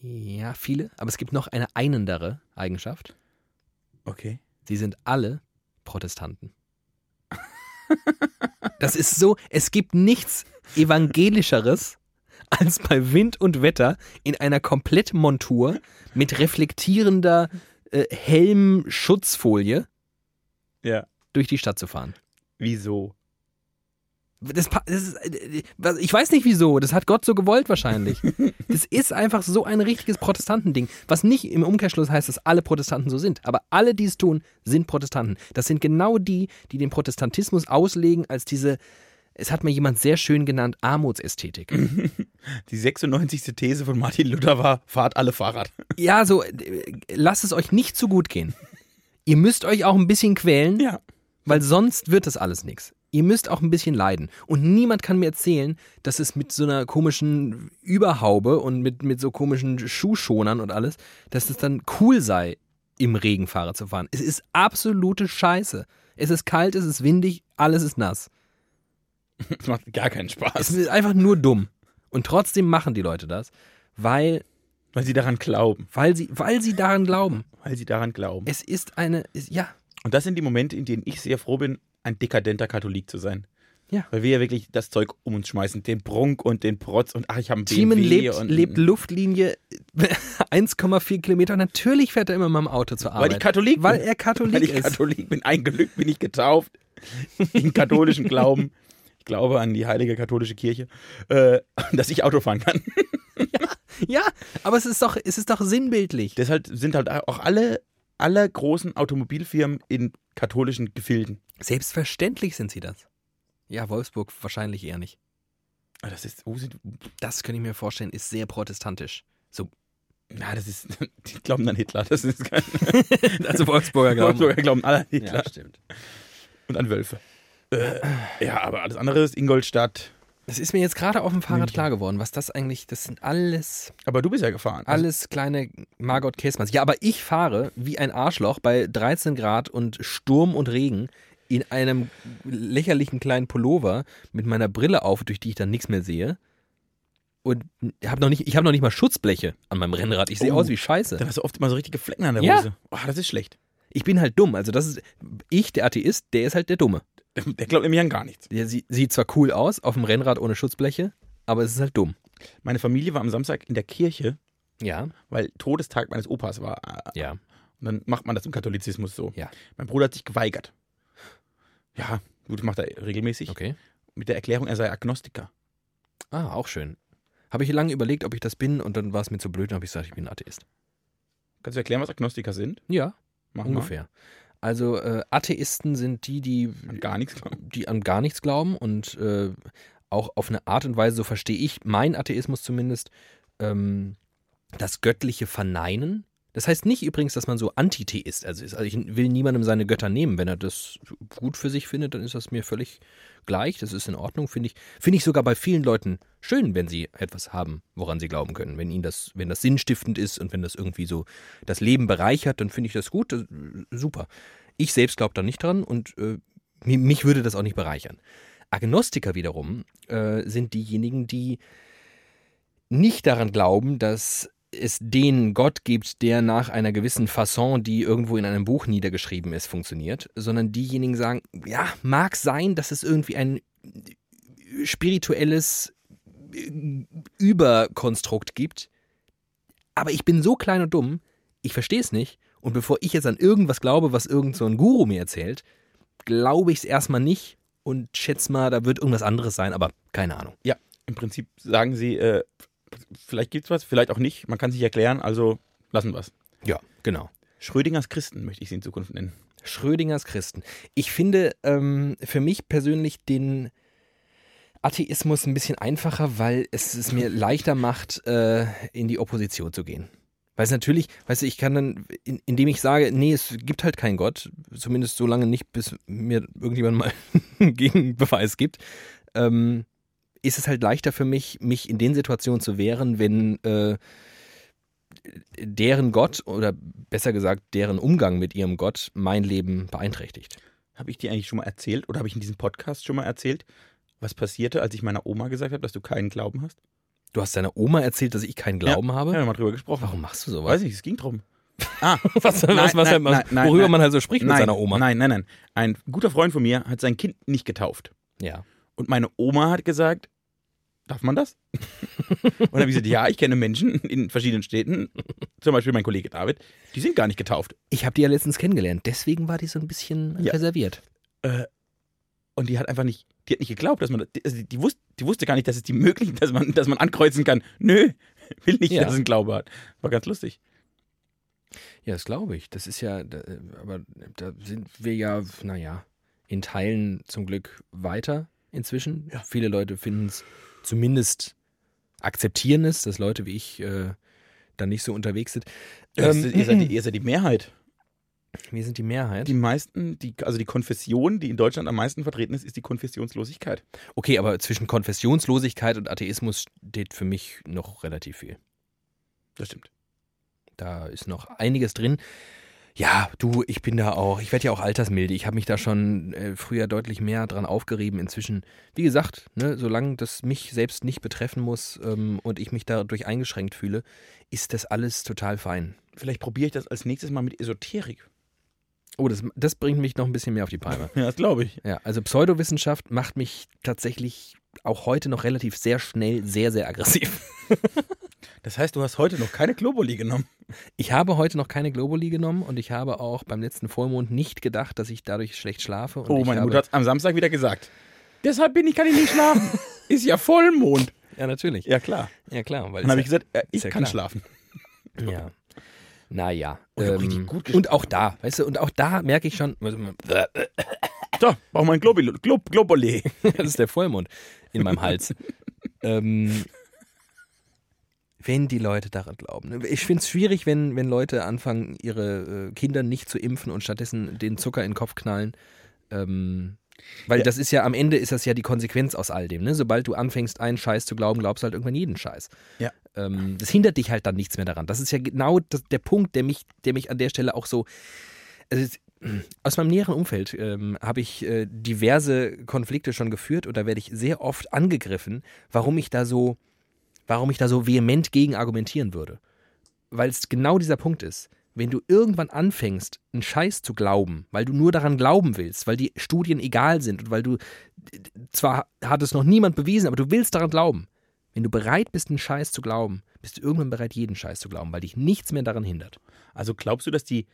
[SPEAKER 1] Ja, viele, aber es gibt noch eine einendere Eigenschaft.
[SPEAKER 2] Okay.
[SPEAKER 1] Sie sind alle Protestanten. Das ist so, es gibt nichts evangelischeres als bei Wind und Wetter in einer Komplettmontur mit reflektierender äh, Helmschutzfolie
[SPEAKER 2] Ja.
[SPEAKER 1] durch die Stadt zu fahren.
[SPEAKER 2] Wieso?
[SPEAKER 1] Das, pa- das ist, äh, was- ich weiß nicht wieso, das hat Gott so gewollt wahrscheinlich. Das ist einfach so ein richtiges Protestantending, was nicht im Umkehrschluss heißt, dass alle Protestanten so sind, aber alle, die es tun, sind Protestanten. Das sind genau die, die den Protestantismus auslegen als diese, es hat mir jemand sehr schön genannt, Armutsästhetik.
[SPEAKER 2] Die 96. These von Martin Luther war, fahrt alle Fahrrad.
[SPEAKER 1] Ja, so, äh, lasst es euch nicht zu gut gehen. Ihr müsst euch auch ein bisschen quälen,
[SPEAKER 2] Ja.
[SPEAKER 1] Weil sonst wird das alles nichts. Ihr müsst auch ein bisschen leiden. Und niemand kann mir erzählen, dass es mit so einer komischen Überhaube und mit, mit so komischen Schuhschonern und alles, dass es dann cool sei, im Regen Fahrrad zu fahren. Es ist absolute Scheiße. Es ist kalt, es ist windig, alles ist nass.
[SPEAKER 2] Das macht gar keinen
[SPEAKER 1] Es
[SPEAKER 2] Spaß.
[SPEAKER 1] ist einfach nur dumm. Und trotzdem machen die Leute das, weil,
[SPEAKER 2] Weil sie daran glauben.
[SPEAKER 1] weil, sie, weil sie daran glauben.
[SPEAKER 2] Weil sie daran glauben.
[SPEAKER 1] Es ist eine, es, ja,
[SPEAKER 2] Und das sind die Momente, in denen ich sehr froh bin, ein dekadenter Katholik zu sein.
[SPEAKER 1] Ja.
[SPEAKER 2] Weil wir ja wirklich das Zeug um uns schmeißen. Den Prunk und den Protz und ach, ich habe einen
[SPEAKER 1] Thiemen
[SPEAKER 2] BMW
[SPEAKER 1] lebt,
[SPEAKER 2] und
[SPEAKER 1] lebt Luftlinie 1,4 Kilometer. Natürlich fährt er immer mit dem Auto zur
[SPEAKER 2] Weil
[SPEAKER 1] Arbeit.
[SPEAKER 2] ich Katholik
[SPEAKER 1] Weil
[SPEAKER 2] bin.
[SPEAKER 1] er Katholik
[SPEAKER 2] Weil ich
[SPEAKER 1] ist.
[SPEAKER 2] Katholik bin. Eingelückt bin ich getauft. Im katholischen Glauben. Ich glaube an die heilige katholische Kirche. Äh, dass ich Auto fahren kann.
[SPEAKER 1] ja, aber es ist doch, es ist doch sinnbildlich.
[SPEAKER 2] Deshalb sind halt auch alle, alle großen Automobilfirmen in katholischen Gefilden.
[SPEAKER 1] Selbstverständlich sind sie das. Ja, Wolfsburg wahrscheinlich eher nicht.
[SPEAKER 2] Ah, Das ist, wo sind,
[SPEAKER 1] Das könnte ich mir vorstellen, ist sehr protestantisch. So
[SPEAKER 2] Na, das ist. Die glauben an Hitler. Das ist kein.
[SPEAKER 1] Also Wolfsburger
[SPEAKER 2] Glauben,
[SPEAKER 1] Glauben.
[SPEAKER 2] glauben alle an Hitler.
[SPEAKER 1] Ja, stimmt.
[SPEAKER 2] Und an Wölfe. Äh, ja, aber alles andere ist Ingolstadt.
[SPEAKER 1] Das ist mir jetzt gerade auf dem Fahrrad
[SPEAKER 2] München.
[SPEAKER 1] klar geworden, was das eigentlich, das sind alles,
[SPEAKER 2] Aber du bist ja gefahren. Also,
[SPEAKER 1] alles kleine Margot Käßmanns. Ja, aber ich fahre wie ein Arschloch bei 13 Grad und Sturm und Regen in einem lächerlichen kleinen Pullover mit meiner Brille auf, durch die ich dann nichts mehr sehe. Und hab noch nicht, ich habe noch nicht mal Schutzbleche an meinem Rennrad. Ich sehe
[SPEAKER 2] Oh.
[SPEAKER 1] aus wie Scheiße.
[SPEAKER 2] Dann hast du oft immer so richtige Flecken an der
[SPEAKER 1] Ja.
[SPEAKER 2] Hose. Oh, das ist schlecht.
[SPEAKER 1] Ich bin halt dumm. Also das ist, ich, der Atheist, der ist halt der Dumme.
[SPEAKER 2] Der glaubt nämlich an gar nichts.
[SPEAKER 1] Der sie, sieht zwar cool aus auf dem Rennrad ohne Schutzbleche, aber es ist halt dumm.
[SPEAKER 2] Meine Familie war am Samstag in der Kirche,
[SPEAKER 1] Ja,
[SPEAKER 2] weil Todestag meines Opas war. Äh,
[SPEAKER 1] ja.
[SPEAKER 2] Und dann macht man das im Katholizismus so.
[SPEAKER 1] Ja.
[SPEAKER 2] Mein Bruder hat sich geweigert. Ja, gut, macht er regelmäßig.
[SPEAKER 1] Okay.
[SPEAKER 2] Mit der Erklärung, er sei Agnostiker.
[SPEAKER 1] Ah, auch schön. Habe ich lange überlegt, ob ich das bin und dann war es mir zu blöd und habe ich gesagt, ich bin Atheist.
[SPEAKER 2] Kannst du erklären, was Agnostiker sind?
[SPEAKER 1] Ja,
[SPEAKER 2] Mach
[SPEAKER 1] ungefähr. Also äh, Atheisten sind die, die,
[SPEAKER 2] Mal. An gar nichts glauben.
[SPEAKER 1] die an gar nichts glauben und äh, auch auf eine Art und Weise, so verstehe ich meinen Atheismus zumindest, ähm, das Göttliche verneinen. Das heißt nicht übrigens, dass man so Antitheist also ist. Also ich will niemandem seine Götter nehmen. Wenn er das gut für sich findet, dann ist das mir völlig gleich. Das ist in Ordnung, finde ich. Finde ich sogar bei vielen Leuten schön, wenn sie etwas haben, woran sie glauben können. Wenn ihnen das, wenn das sinnstiftend ist und wenn das irgendwie so das Leben bereichert, dann finde ich das gut. Das, super. Ich selbst glaube da nicht dran und äh, mi- mich würde das auch nicht bereichern. Agnostiker wiederum äh, sind diejenigen, die nicht daran glauben, dass es den Gott gibt, der nach einer gewissen Fasson, die irgendwo in einem Buch niedergeschrieben ist, funktioniert, sondern diejenigen sagen, ja, mag sein, dass es irgendwie ein spirituelles äh, Überkonstrukt gibt, aber ich bin so klein und dumm, ich verstehe es nicht und bevor ich jetzt an irgendwas glaube, was irgend so ein Guru mir erzählt, glaube ich es erstmal nicht und schätze mal, da wird irgendwas anderes sein, aber keine Ahnung.
[SPEAKER 2] Im Prinzip sagen sie, äh, vielleicht gibt's was, vielleicht auch nicht. Man kann sich erklären, also lassen wir's.
[SPEAKER 1] Ja, genau.
[SPEAKER 2] Schrödingers Christen möchte ich sie in Zukunft nennen.
[SPEAKER 1] Schrödingers Christen. Ich finde ähm, für mich persönlich den Atheismus ein bisschen einfacher, weil es es mir leichter macht, äh, in die Opposition zu gehen. Weil es natürlich, weißt du, ich kann dann, in, indem ich sage, nee, es gibt halt keinen Gott, zumindest so lange nicht, bis mir irgendjemand mal einen Gegenbeweis gibt, ähm, ist es halt leichter für mich, mich in den Situationen zu wehren, wenn äh, deren Gott oder besser gesagt deren Umgang mit ihrem Gott mein Leben beeinträchtigt.
[SPEAKER 2] Habe ich dir eigentlich schon mal erzählt oder habe ich in diesem Podcast schon mal erzählt, was passierte, als ich meiner Oma gesagt habe, dass du keinen Glauben hast?
[SPEAKER 1] Du hast deiner Oma erzählt, dass ich keinen Glauben
[SPEAKER 2] Ja, wir
[SPEAKER 1] habe?
[SPEAKER 2] haben mal drüber gesprochen.
[SPEAKER 1] Warum machst du sowas?
[SPEAKER 2] Weiß nicht, es ging drum. Ah,
[SPEAKER 1] Was,
[SPEAKER 2] Nein,
[SPEAKER 1] was, was,
[SPEAKER 2] nein,
[SPEAKER 1] was,
[SPEAKER 2] nein, nein,
[SPEAKER 1] worüber
[SPEAKER 2] nein.
[SPEAKER 1] man halt so spricht mit
[SPEAKER 2] nein,
[SPEAKER 1] seiner Oma.
[SPEAKER 2] nein, nein, nein. Ein guter Freund von mir hat sein Kind nicht getauft.
[SPEAKER 1] Ja.
[SPEAKER 2] Und meine Oma hat gesagt, darf man das? Und dann habe ich gesagt, ja, ich kenne Menschen in verschiedenen Städten, zum Beispiel mein Kollege David, die sind gar nicht getauft.
[SPEAKER 1] Ich habe die ja letztens kennengelernt, deswegen war die so ein bisschen
[SPEAKER 2] Ja.
[SPEAKER 1] reserviert.
[SPEAKER 2] Und die hat einfach nicht, die hat nicht geglaubt, dass man, das- also die, die, wusste, die wusste gar nicht, dass es die möglich, dass man, dass man ankreuzen kann. Nö, will nicht,
[SPEAKER 1] Ja.
[SPEAKER 2] dass es einen Glaube hat. War ganz lustig.
[SPEAKER 1] Ja, das glaube ich. Das ist ja, da, äh, aber da sind wir ja, naja, in Teilen zum Glück weiter inzwischen. Viele Leute finden es zumindest akzeptieren es, dass Leute wie ich äh, dann nicht so unterwegs sind. mhm.
[SPEAKER 2] Ähm, ihr, seid die, ihr seid die Mehrheit.
[SPEAKER 1] wir sind die Mehrheit.
[SPEAKER 2] Die meisten, die, also die Konfession, die in Deutschland am meisten vertreten ist, ist die Konfessionslosigkeit.
[SPEAKER 1] Okay, aber zwischen Konfessionslosigkeit und Atheismus steht für mich noch relativ viel.
[SPEAKER 2] Das stimmt.
[SPEAKER 1] Da ist noch einiges drin. Ja, du, ich bin da auch, ich werde ja auch altersmilde. Ich habe mich da schon äh, früher deutlich mehr dran aufgerieben. Inzwischen, wie gesagt, ne, solange das mich selbst nicht betreffen muss ähm, und ich mich dadurch eingeschränkt fühle, ist das alles total fein.
[SPEAKER 2] Vielleicht probiere ich das als nächstes Mal mit Esoterik.
[SPEAKER 1] Oh, das, das bringt mich noch ein bisschen mehr auf die Palme.
[SPEAKER 2] Ja, das glaube ich.
[SPEAKER 1] Ja, also Pseudowissenschaft macht mich tatsächlich auch heute noch relativ sehr schnell sehr, sehr aggressiv.
[SPEAKER 2] Das heißt, du hast heute noch keine Globuli genommen.
[SPEAKER 1] Ich habe heute noch keine Globuli genommen und ich habe auch beim letzten Vollmond nicht gedacht, dass ich dadurch schlecht schlafe. Und
[SPEAKER 2] Oh,
[SPEAKER 1] ich
[SPEAKER 2] meine
[SPEAKER 1] habe,
[SPEAKER 2] Mutter hat am Samstag wieder gesagt. Deshalb bin ich, kann ich nicht schlafen. ist ja Vollmond.
[SPEAKER 1] Ja, natürlich.
[SPEAKER 2] Ja, klar.
[SPEAKER 1] Ja, klar. Weil
[SPEAKER 2] Dann habe ich
[SPEAKER 1] es
[SPEAKER 2] gesagt, äh, ich
[SPEAKER 1] ja
[SPEAKER 2] kann
[SPEAKER 1] klar.
[SPEAKER 2] schlafen.
[SPEAKER 1] ja, ja. Naja.
[SPEAKER 2] Und ich hab richtig gut geschlafen.
[SPEAKER 1] und auch da, weißt du, und auch da merke ich schon, also, das
[SPEAKER 2] So, brauch mal ein Globuli. Glob, Globuli.
[SPEAKER 1] ist der Vollmond in meinem Hals. ähm, wenn die Leute daran glauben. ne? Ich finde es schwierig, wenn, wenn Leute anfangen, ihre äh, Kinder nicht zu impfen und stattdessen den Zucker in den Kopf knallen. Ähm, weil
[SPEAKER 2] Ja.
[SPEAKER 1] das ist ja, am Ende ist das ja die Konsequenz aus all dem. Ne? Sobald du anfängst, einen Scheiß zu glauben, glaubst du halt irgendwann jeden Scheiß.
[SPEAKER 2] Ja.
[SPEAKER 1] Ähm, das hindert dich halt dann nichts mehr daran. Das ist ja genau das, der Punkt, der mich, der mich an der Stelle auch so. Also es, aus meinem näheren Umfeld ähm, habe ich äh, diverse Konflikte schon geführt und da werde ich sehr oft angegriffen, warum ich da so, warum ich da so vehement gegen argumentieren würde. Weil es genau dieser Punkt ist. Wenn du irgendwann anfängst, einen Scheiß zu glauben, weil du nur daran glauben willst, weil die Studien egal sind und weil du, zwar hat es noch niemand bewiesen, aber du willst daran glauben. Wenn du bereit bist, einen Scheiß zu glauben, bist du irgendwann bereit, jeden Scheiß zu glauben, weil dich nichts mehr daran hindert.
[SPEAKER 2] Also glaubst du, dass die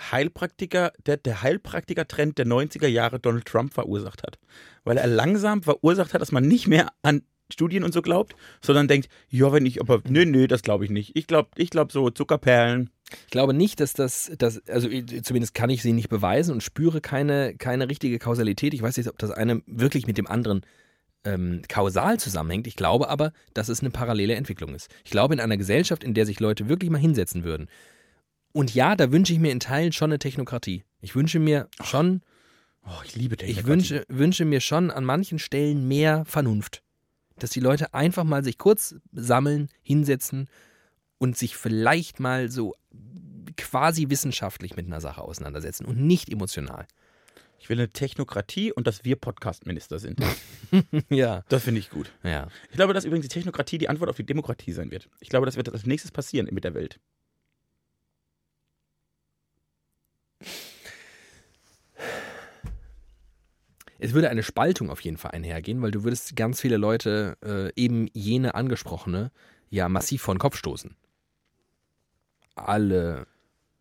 [SPEAKER 2] Heilpraktiker, der, der Heilpraktiker-Trend der 90er Jahre Donald Trump verursacht hat? Weil er langsam verursacht hat, dass man nicht mehr an Studien und so glaubt, sondern denkt, ja, wenn ich aber, nö, nö, das glaube ich nicht. Ich glaube ich glaub so Zuckerperlen.
[SPEAKER 1] Ich glaube nicht, dass das, dass, also ich- zumindest kann ich sie nicht beweisen und spüre keine, keine richtige Kausalität. Ich weiß nicht, ob das eine wirklich mit dem anderen ähm, kausal zusammenhängt. Ich glaube aber, dass es eine parallele Entwicklung ist. Ich glaube, in einer Gesellschaft, in der sich Leute wirklich mal hinsetzen würden. Und ja, da wünsche ich mir in Teilen schon eine Technokratie. Ich wünsche mir schon,
[SPEAKER 2] Oh, ich liebe den.
[SPEAKER 1] ich wünsche, wünsche mir schon an manchen Stellen mehr Vernunft. Dass die Leute einfach mal sich kurz sammeln, hinsetzen und sich vielleicht mal so quasi wissenschaftlich mit einer Sache auseinandersetzen und nicht emotional.
[SPEAKER 2] Ich will eine Technokratie und dass wir Podcast-Minister sind.
[SPEAKER 1] Ja.
[SPEAKER 2] Das finde ich gut.
[SPEAKER 1] Ja.
[SPEAKER 2] Ich glaube, dass übrigens die Technokratie die Antwort auf die Demokratie sein wird. Ich glaube, das wird als nächstes passieren mit der Welt.
[SPEAKER 1] Es würde eine Spaltung auf jeden Fall einhergehen, weil du würdest ganz viele Leute, äh, eben jene angesprochene, ja massiv vor den Kopf stoßen. Alle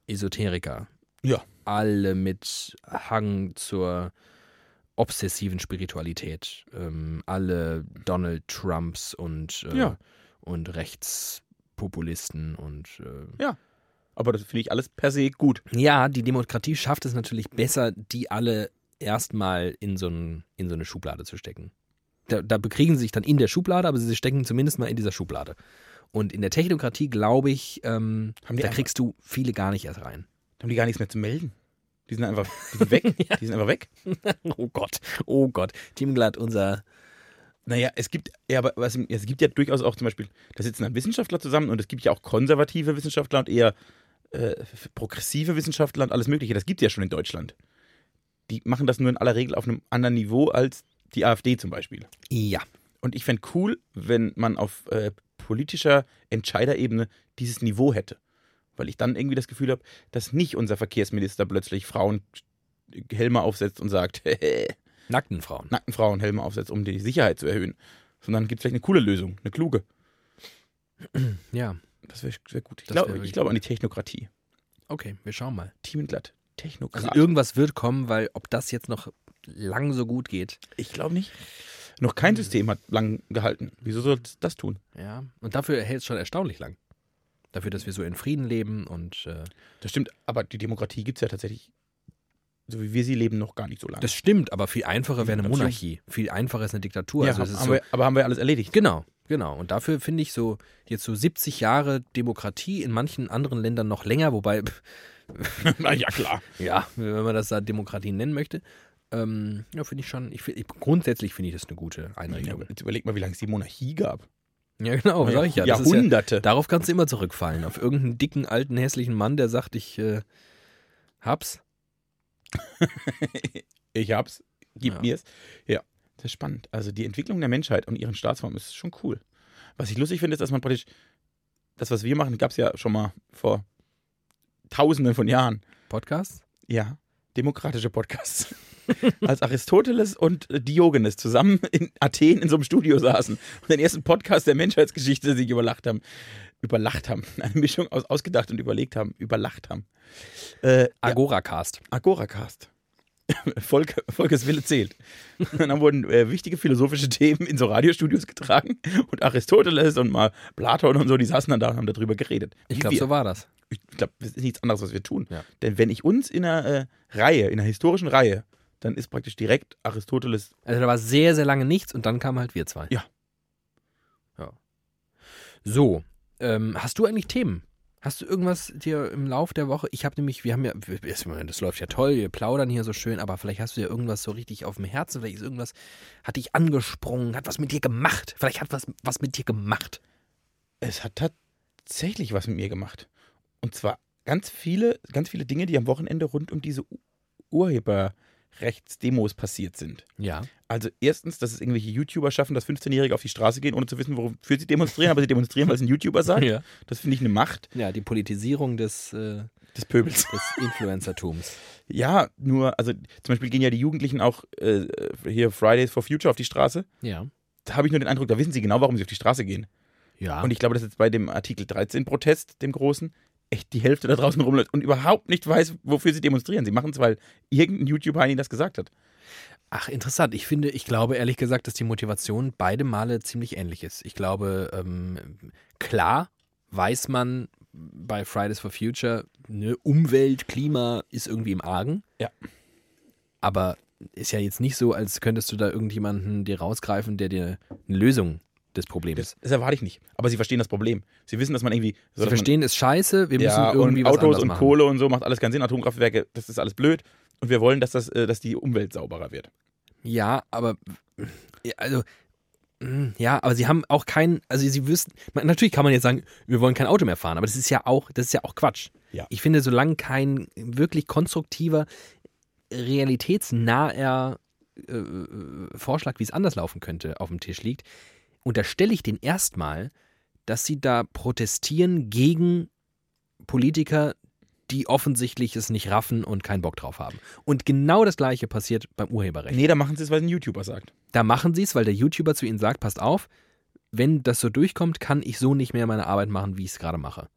[SPEAKER 1] Esoteriker.
[SPEAKER 2] Ja.
[SPEAKER 1] Alle mit Hang zur obsessiven Spiritualität. Ähm, alle Donald Trumps und, äh,
[SPEAKER 2] Ja.
[SPEAKER 1] und Rechtspopulisten und äh,
[SPEAKER 2] Aber das finde ich alles per se gut.
[SPEAKER 1] ja, die Demokratie schafft es natürlich besser, die alle erstmal in, so ein, in so eine Schublade zu stecken. Da, da bekriegen sie sich dann in der Schublade, aber sie stecken zumindest mal in dieser Schublade. Und in der Technokratie, glaube ich, ähm,
[SPEAKER 2] Haben die
[SPEAKER 1] da
[SPEAKER 2] einfach-
[SPEAKER 1] kriegst du viele gar nicht erst rein.
[SPEAKER 2] Da haben die gar nichts mehr zu melden. Die sind einfach die sind weg. Die sind einfach weg.
[SPEAKER 1] Oh Gott, oh Gott. Team Glatt, unser.
[SPEAKER 2] Naja, es gibt, ja, aber was, es gibt ja durchaus auch zum Beispiel, da sitzen dann Wissenschaftler zusammen und es gibt ja auch konservative Wissenschaftler und eher äh, progressive Wissenschaftler und alles Mögliche. Das gibt es ja schon in Deutschland. Die machen das nur in aller Regel auf einem anderen Niveau als die AfD zum Beispiel.
[SPEAKER 1] Ja,
[SPEAKER 2] Und ich fände cool, wenn man auf äh, politischer Entscheiderebene dieses Niveau hätte. Weil ich dann irgendwie das Gefühl habe, dass nicht unser Verkehrsminister plötzlich Frauen äh, Helme aufsetzt und sagt,
[SPEAKER 1] nackten Frauen.
[SPEAKER 2] nackten Frauen Helme aufsetzt, um die Sicherheit zu erhöhen. Sondern gibt es vielleicht eine coole Lösung, eine kluge.
[SPEAKER 1] Ja,
[SPEAKER 2] Das wäre wär gut. Ich
[SPEAKER 1] Das wär
[SPEAKER 2] glaube
[SPEAKER 1] wirklich
[SPEAKER 2] glaub an die Technokratie.
[SPEAKER 1] okay, wir schauen mal.
[SPEAKER 2] Team in glatt. Technokrat.
[SPEAKER 1] Also irgendwas wird kommen, weil ob das jetzt noch lang so gut geht.
[SPEAKER 2] ich glaube nicht. Noch kein System hat lang gehalten. Wieso soll es das tun?
[SPEAKER 1] Ja. Und dafür hält es schon erstaunlich lang. Dafür, dass wir so in Frieden leben und. Äh,
[SPEAKER 2] Das stimmt, aber die Demokratie gibt es ja tatsächlich, so wie wir sie leben, noch gar nicht so lange.
[SPEAKER 1] Das stimmt, aber viel einfacher wäre eine
[SPEAKER 2] Diktatur.
[SPEAKER 1] Monarchie. Viel einfacher ist eine Diktatur.
[SPEAKER 2] ja,
[SPEAKER 1] also es
[SPEAKER 2] haben,
[SPEAKER 1] ist
[SPEAKER 2] haben
[SPEAKER 1] so,
[SPEAKER 2] wir, aber haben wir alles erledigt.
[SPEAKER 1] genau, genau. Und dafür finde ich so jetzt so 70 Jahre Demokratie in manchen anderen Ländern noch länger, wobei, pff,
[SPEAKER 2] Na ja, klar.
[SPEAKER 1] ja, wenn man das da Demokratie nennen möchte, ähm, ja, finde ich schon, ich, find- ich, grundsätzlich finde ich das eine gute Einrichtung.
[SPEAKER 2] Jetzt überleg mal, wie lange es die Monarchie gab.
[SPEAKER 1] Ja, genau, sag ich ja. Das ist ja
[SPEAKER 2] Jahrhunderte.
[SPEAKER 1] darauf kannst du immer zurückfallen, auf irgendeinen dicken, alten, hässlichen Mann, der sagt, ich äh, hab's.
[SPEAKER 2] ich hab's, gib
[SPEAKER 1] Ja.
[SPEAKER 2] mir's. Ja, das ist spannend. Also die Entwicklung der Menschheit und ihren Staatsformen ist schon cool. Was ich lustig finde, ist, dass man praktisch, das, was wir machen, gab's ja schon mal vor tausenden von Jahren.
[SPEAKER 1] Podcast?
[SPEAKER 2] Ja, demokratische Podcasts. Als Aristoteles und äh, Diogenes zusammen in Athen in so einem Studio saßen und den ersten Podcast der Menschheitsgeschichte sich überlacht haben. Überlacht haben. Eine Mischung aus ausgedacht und überlegt haben. Überlacht haben. Äh, ja,
[SPEAKER 1] Agoracast.
[SPEAKER 2] Agoracast. Volk, Volkes Wille zählt. Und dann wurden äh, wichtige philosophische Themen in so Radiostudios getragen und Aristoteles und mal Platon und so, die saßen dann da und haben darüber geredet.
[SPEAKER 1] Ich
[SPEAKER 2] Wie
[SPEAKER 1] glaube,
[SPEAKER 2] wir
[SPEAKER 1] so war das.
[SPEAKER 2] ich glaube, das ist nichts anderes, was wir tun.
[SPEAKER 1] Ja.
[SPEAKER 2] Denn wenn ich uns in einer äh, Reihe, in einer historischen Reihe, dann ist praktisch direkt Aristoteles.
[SPEAKER 1] Also da war sehr, sehr lange nichts und dann kamen halt wir zwei.
[SPEAKER 2] Ja.
[SPEAKER 1] Ja. So, Ähm, hast du eigentlich Themen? Hast du irgendwas dir im Lauf der Woche? Ich habe nämlich, wir haben ja, ich meine, das läuft ja toll, wir plaudern hier so schön, aber vielleicht hast du ja irgendwas so richtig auf dem Herzen, vielleicht ist irgendwas, hat dich angesprungen, hat was mit dir gemacht, vielleicht hat was, was mit dir gemacht.
[SPEAKER 2] Es hat tatsächlich was mit mir gemacht. Und zwar ganz viele, ganz viele Dinge, die am Wochenende rund um diese U- Urheberrechtsdemos passiert sind.
[SPEAKER 1] Ja.
[SPEAKER 2] Also erstens, dass es irgendwelche YouTuber schaffen, dass 15-Jährige auf die Straße gehen, ohne zu wissen, wofür sie demonstrieren, aber sie demonstrieren, weil es ein YouTuber sagt.
[SPEAKER 1] Ja,
[SPEAKER 2] Das finde ich eine Macht
[SPEAKER 1] ja die Politisierung des, äh,
[SPEAKER 2] des Pöbels.
[SPEAKER 1] des Influencertums.
[SPEAKER 2] Ja, nur, also zum Beispiel gehen ja die Jugendlichen auch äh, hier Fridays for Future auf die Straße.
[SPEAKER 1] Ja.
[SPEAKER 2] Da habe ich nur den Eindruck, da wissen sie genau, warum sie auf die Straße gehen.
[SPEAKER 1] Ja.
[SPEAKER 2] Und ich glaube, dass jetzt bei dem Artikel 13-Protest, dem großen, echt die Hälfte da draußen rumläuft und überhaupt nicht weiß, wofür sie demonstrieren. Sie machen es, weil irgendein YouTuber ihnen das gesagt hat.
[SPEAKER 1] Ach, interessant. Ich finde, ich glaube ehrlich gesagt, dass die Motivation beide Male ziemlich ähnlich ist. Ich glaube, ähm, klar weiß man bei Fridays for Future, ne, Umwelt, Klima ist irgendwie im Argen.
[SPEAKER 2] Ja.
[SPEAKER 1] Aber ist ja jetzt nicht so, als könntest du da irgendjemanden dir rausgreifen, der dir eine Lösung des Problems.
[SPEAKER 2] Das, das erwarte ich nicht. Aber sie verstehen das Problem. Sie wissen, dass man irgendwie.
[SPEAKER 1] Sie
[SPEAKER 2] dass
[SPEAKER 1] verstehen, ist scheiße, wir
[SPEAKER 2] man, ja,
[SPEAKER 1] müssen irgendwie
[SPEAKER 2] und
[SPEAKER 1] was
[SPEAKER 2] Autos
[SPEAKER 1] anderes
[SPEAKER 2] und
[SPEAKER 1] machen.
[SPEAKER 2] Kohle und so macht alles keinen Sinn. Atomkraftwerke, das ist alles blöd. Und wir wollen, dass, das, äh, dass die Umwelt sauberer wird.
[SPEAKER 1] Ja, aber ja, also mm, ja, aber sie haben auch kein, also sie wüssten, man, natürlich kann man jetzt sagen, wir wollen kein Auto mehr fahren, aber das ist ja auch, das ist ja auch Quatsch.
[SPEAKER 2] Ja.
[SPEAKER 1] Ich finde, solange kein wirklich konstruktiver, realitätsnaher äh, äh, Vorschlag, wie es anders laufen könnte, auf dem Tisch liegt, unterstelle ich den erstmal, dass sie da protestieren gegen Politiker, die offensichtlich es nicht raffen und keinen Bock drauf haben. Und genau das gleiche passiert beim Urheberrecht.
[SPEAKER 2] Nee, da machen sie es, weil es ein YouTuber sagt.
[SPEAKER 1] Da machen sie es, weil der YouTuber zu ihnen sagt, passt auf, wenn das so durchkommt, kann ich so nicht mehr meine Arbeit machen, wie ich es gerade mache.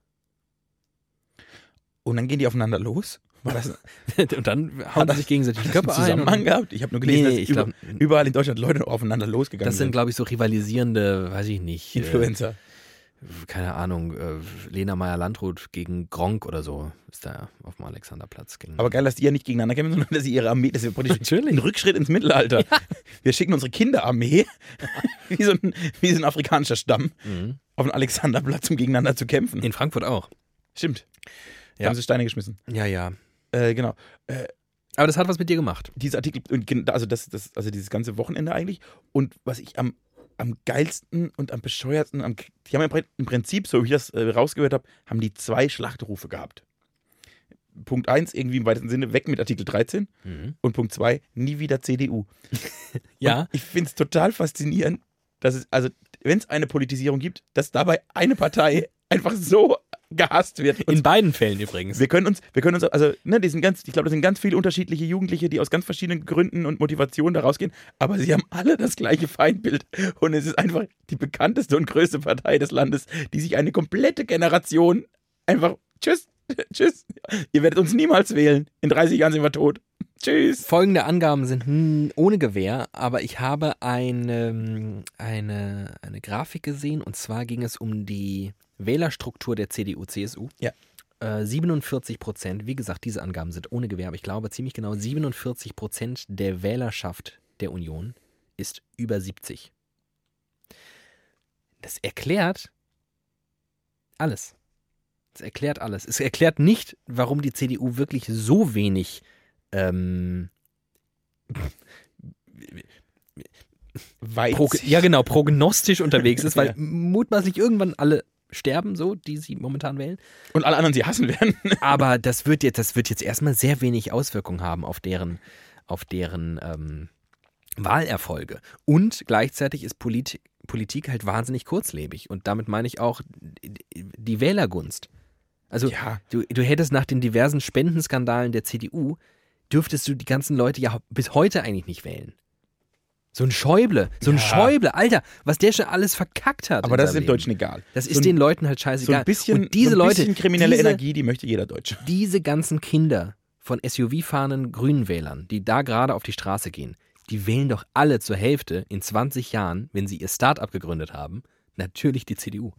[SPEAKER 2] Und dann gehen die aufeinander los? War das, hat
[SPEAKER 1] und dann hauen sie sich gegenseitig die
[SPEAKER 2] das
[SPEAKER 1] Köpfe
[SPEAKER 2] einen
[SPEAKER 1] ein.
[SPEAKER 2] Zusammenhang
[SPEAKER 1] Und,
[SPEAKER 2] gehabt? Ich habe nur gelesen,
[SPEAKER 1] nee, ich
[SPEAKER 2] dass
[SPEAKER 1] glaube,
[SPEAKER 2] über, überall in Deutschland Leute aufeinander losgegangen
[SPEAKER 1] das sind, glaube ich, so rivalisierende, weiß ich nicht, äh,
[SPEAKER 2] Influencer.
[SPEAKER 1] keine Ahnung, äh, Lena Meyer-Landrut gegen Gronk oder so ist da auf dem Alexanderplatz. Gegen
[SPEAKER 2] Aber geil, dass die ja nicht gegeneinander kämpfen, sondern dass sie ihre Armee, das ist ja praktisch
[SPEAKER 1] Natürlich.
[SPEAKER 2] ein Rückschritt ins Mittelalter. Wir schicken unsere Kinderarmee, wie, so ein, wie so ein afrikanischer Stamm,
[SPEAKER 1] Mhm.
[SPEAKER 2] auf den Alexanderplatz, um gegeneinander zu kämpfen.
[SPEAKER 1] in Frankfurt auch.
[SPEAKER 2] Stimmt. Da
[SPEAKER 1] Ja.
[SPEAKER 2] haben sie Steine geschmissen.
[SPEAKER 1] Ja, ja.
[SPEAKER 2] Äh, genau.
[SPEAKER 1] Aber das hat was mit dir gemacht.
[SPEAKER 2] Dieser Artikel, und gen- also, das, das, also dieses ganze Wochenende eigentlich. Und was ich am, am geilsten und am bescheuertsten, am, die haben im Prin- im Prinzip, so wie ich das äh, rausgehört habe, haben die zwei Schlachtrufe gehabt. Punkt 1, irgendwie im weitesten Sinne, weg mit Artikel 13.
[SPEAKER 1] Mhm.
[SPEAKER 2] Und Punkt 2, nie wieder CDU.
[SPEAKER 1] Ja.
[SPEAKER 2] Und ich finde es total faszinierend, dass es, also, wenn es eine Politisierung gibt, dass dabei eine Partei einfach so gehasst wird. Und
[SPEAKER 1] beiden Fällen übrigens.
[SPEAKER 2] wir können uns, wir können uns, also, ne, die sind ganz, ich glaube, das sind ganz viele unterschiedliche Jugendliche, die aus ganz verschiedenen Gründen und Motivationen da rausgehen, aber sie haben alle das gleiche Feindbild. Und es ist einfach die bekannteste und größte Partei des Landes, die sich eine komplette Generation einfach, tschüss, tschüss, ihr werdet uns niemals wählen. In 30 Jahren sind wir tot. Tschüss.
[SPEAKER 1] Folgende Angaben sind hm, ohne Gewehr, aber ich habe eine, eine, eine Grafik gesehen und zwar ging es um die Wählerstruktur der CDU-CSU.
[SPEAKER 2] Ja.
[SPEAKER 1] Äh, 47 Prozent, wie gesagt, diese Angaben sind ohne Gewehr, aber ich glaube ziemlich genau 47 Prozent der Wählerschaft der Union ist über 70. Das erklärt alles. Das erklärt alles. Es erklärt nicht, warum die CDU wirklich so wenig ähm,
[SPEAKER 2] Weiß.
[SPEAKER 1] prog- ja genau, prognostisch unterwegs ist, weil
[SPEAKER 2] Ja.
[SPEAKER 1] mutmaßlich irgendwann alle sterben, so, die sie momentan wählen.
[SPEAKER 2] Und alle anderen sie hassen werden.
[SPEAKER 1] Aber das wird jetzt, das wird jetzt erstmal sehr wenig Auswirkungen haben auf deren, auf deren ähm, Wahlerfolge. Und gleichzeitig ist Polit Politik halt wahnsinnig kurzlebig. Und damit meine ich auch die Wählergunst. Also
[SPEAKER 2] Ja.
[SPEAKER 1] Du, du hättest nach den diversen Spendenskandalen der CDU, dürftest du die ganzen Leute ja bis heute eigentlich nicht wählen. So ein Schäuble, so ein
[SPEAKER 2] Ja.
[SPEAKER 1] Schäuble, Alter, was der schon alles verkackt hat.
[SPEAKER 2] Aber
[SPEAKER 1] in
[SPEAKER 2] das ist
[SPEAKER 1] seinem
[SPEAKER 2] im
[SPEAKER 1] Leben.
[SPEAKER 2] Deutschen egal.
[SPEAKER 1] Das ist
[SPEAKER 2] so ein-
[SPEAKER 1] den Leuten halt
[SPEAKER 2] So
[SPEAKER 1] scheißegal.
[SPEAKER 2] ein bisschen,
[SPEAKER 1] Und diese
[SPEAKER 2] so ein bisschen
[SPEAKER 1] Leute,
[SPEAKER 2] kriminelle
[SPEAKER 1] diese,
[SPEAKER 2] Energie, die möchte jeder Deutsche.
[SPEAKER 1] diese ganzen Kinder von SUV-fahrenden Grünenwählern, die da gerade auf die Straße gehen, die wählen doch alle zur Hälfte in 20 Jahren, wenn sie ihr Start-up gegründet haben, natürlich die CDU.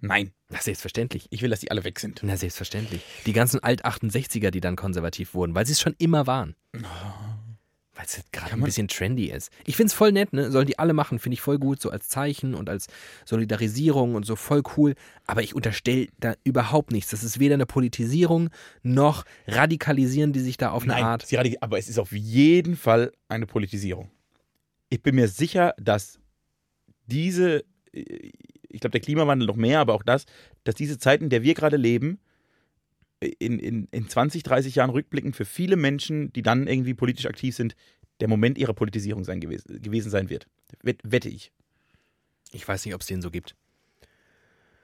[SPEAKER 2] Nein,
[SPEAKER 1] Na, selbstverständlich.
[SPEAKER 2] ich will, dass die alle weg sind.
[SPEAKER 1] Na, Oh. selbstverständlich. Die ganzen Alt-68er, die dann konservativ wurden, weil sie es schon immer waren. Weil es gerade
[SPEAKER 2] Kann
[SPEAKER 1] ein
[SPEAKER 2] man-
[SPEAKER 1] bisschen trendy ist. Ich finde es voll nett, ne? Sollen die alle machen, finde ich voll gut, so als Zeichen und als Solidarisierung und so voll cool. Aber ich unterstelle da überhaupt nichts. Das ist weder eine Politisierung noch radikalisieren die sich da auf eine
[SPEAKER 2] Nein,
[SPEAKER 1] Art.
[SPEAKER 2] sie radik- aber es ist auf jeden Fall eine Politisierung. Ich bin mir sicher, dass diese, äh, ich glaube, der Klimawandel noch mehr, aber auch das, dass diese Zeiten, in der wir gerade leben, in, in, in 20, 30 Jahren rückblickend für viele Menschen, die dann irgendwie politisch aktiv sind, der Moment ihrer Politisierung sein gewesen, gewesen sein wird. Wett, wette ich.
[SPEAKER 1] Ich weiß nicht, ob es den so gibt.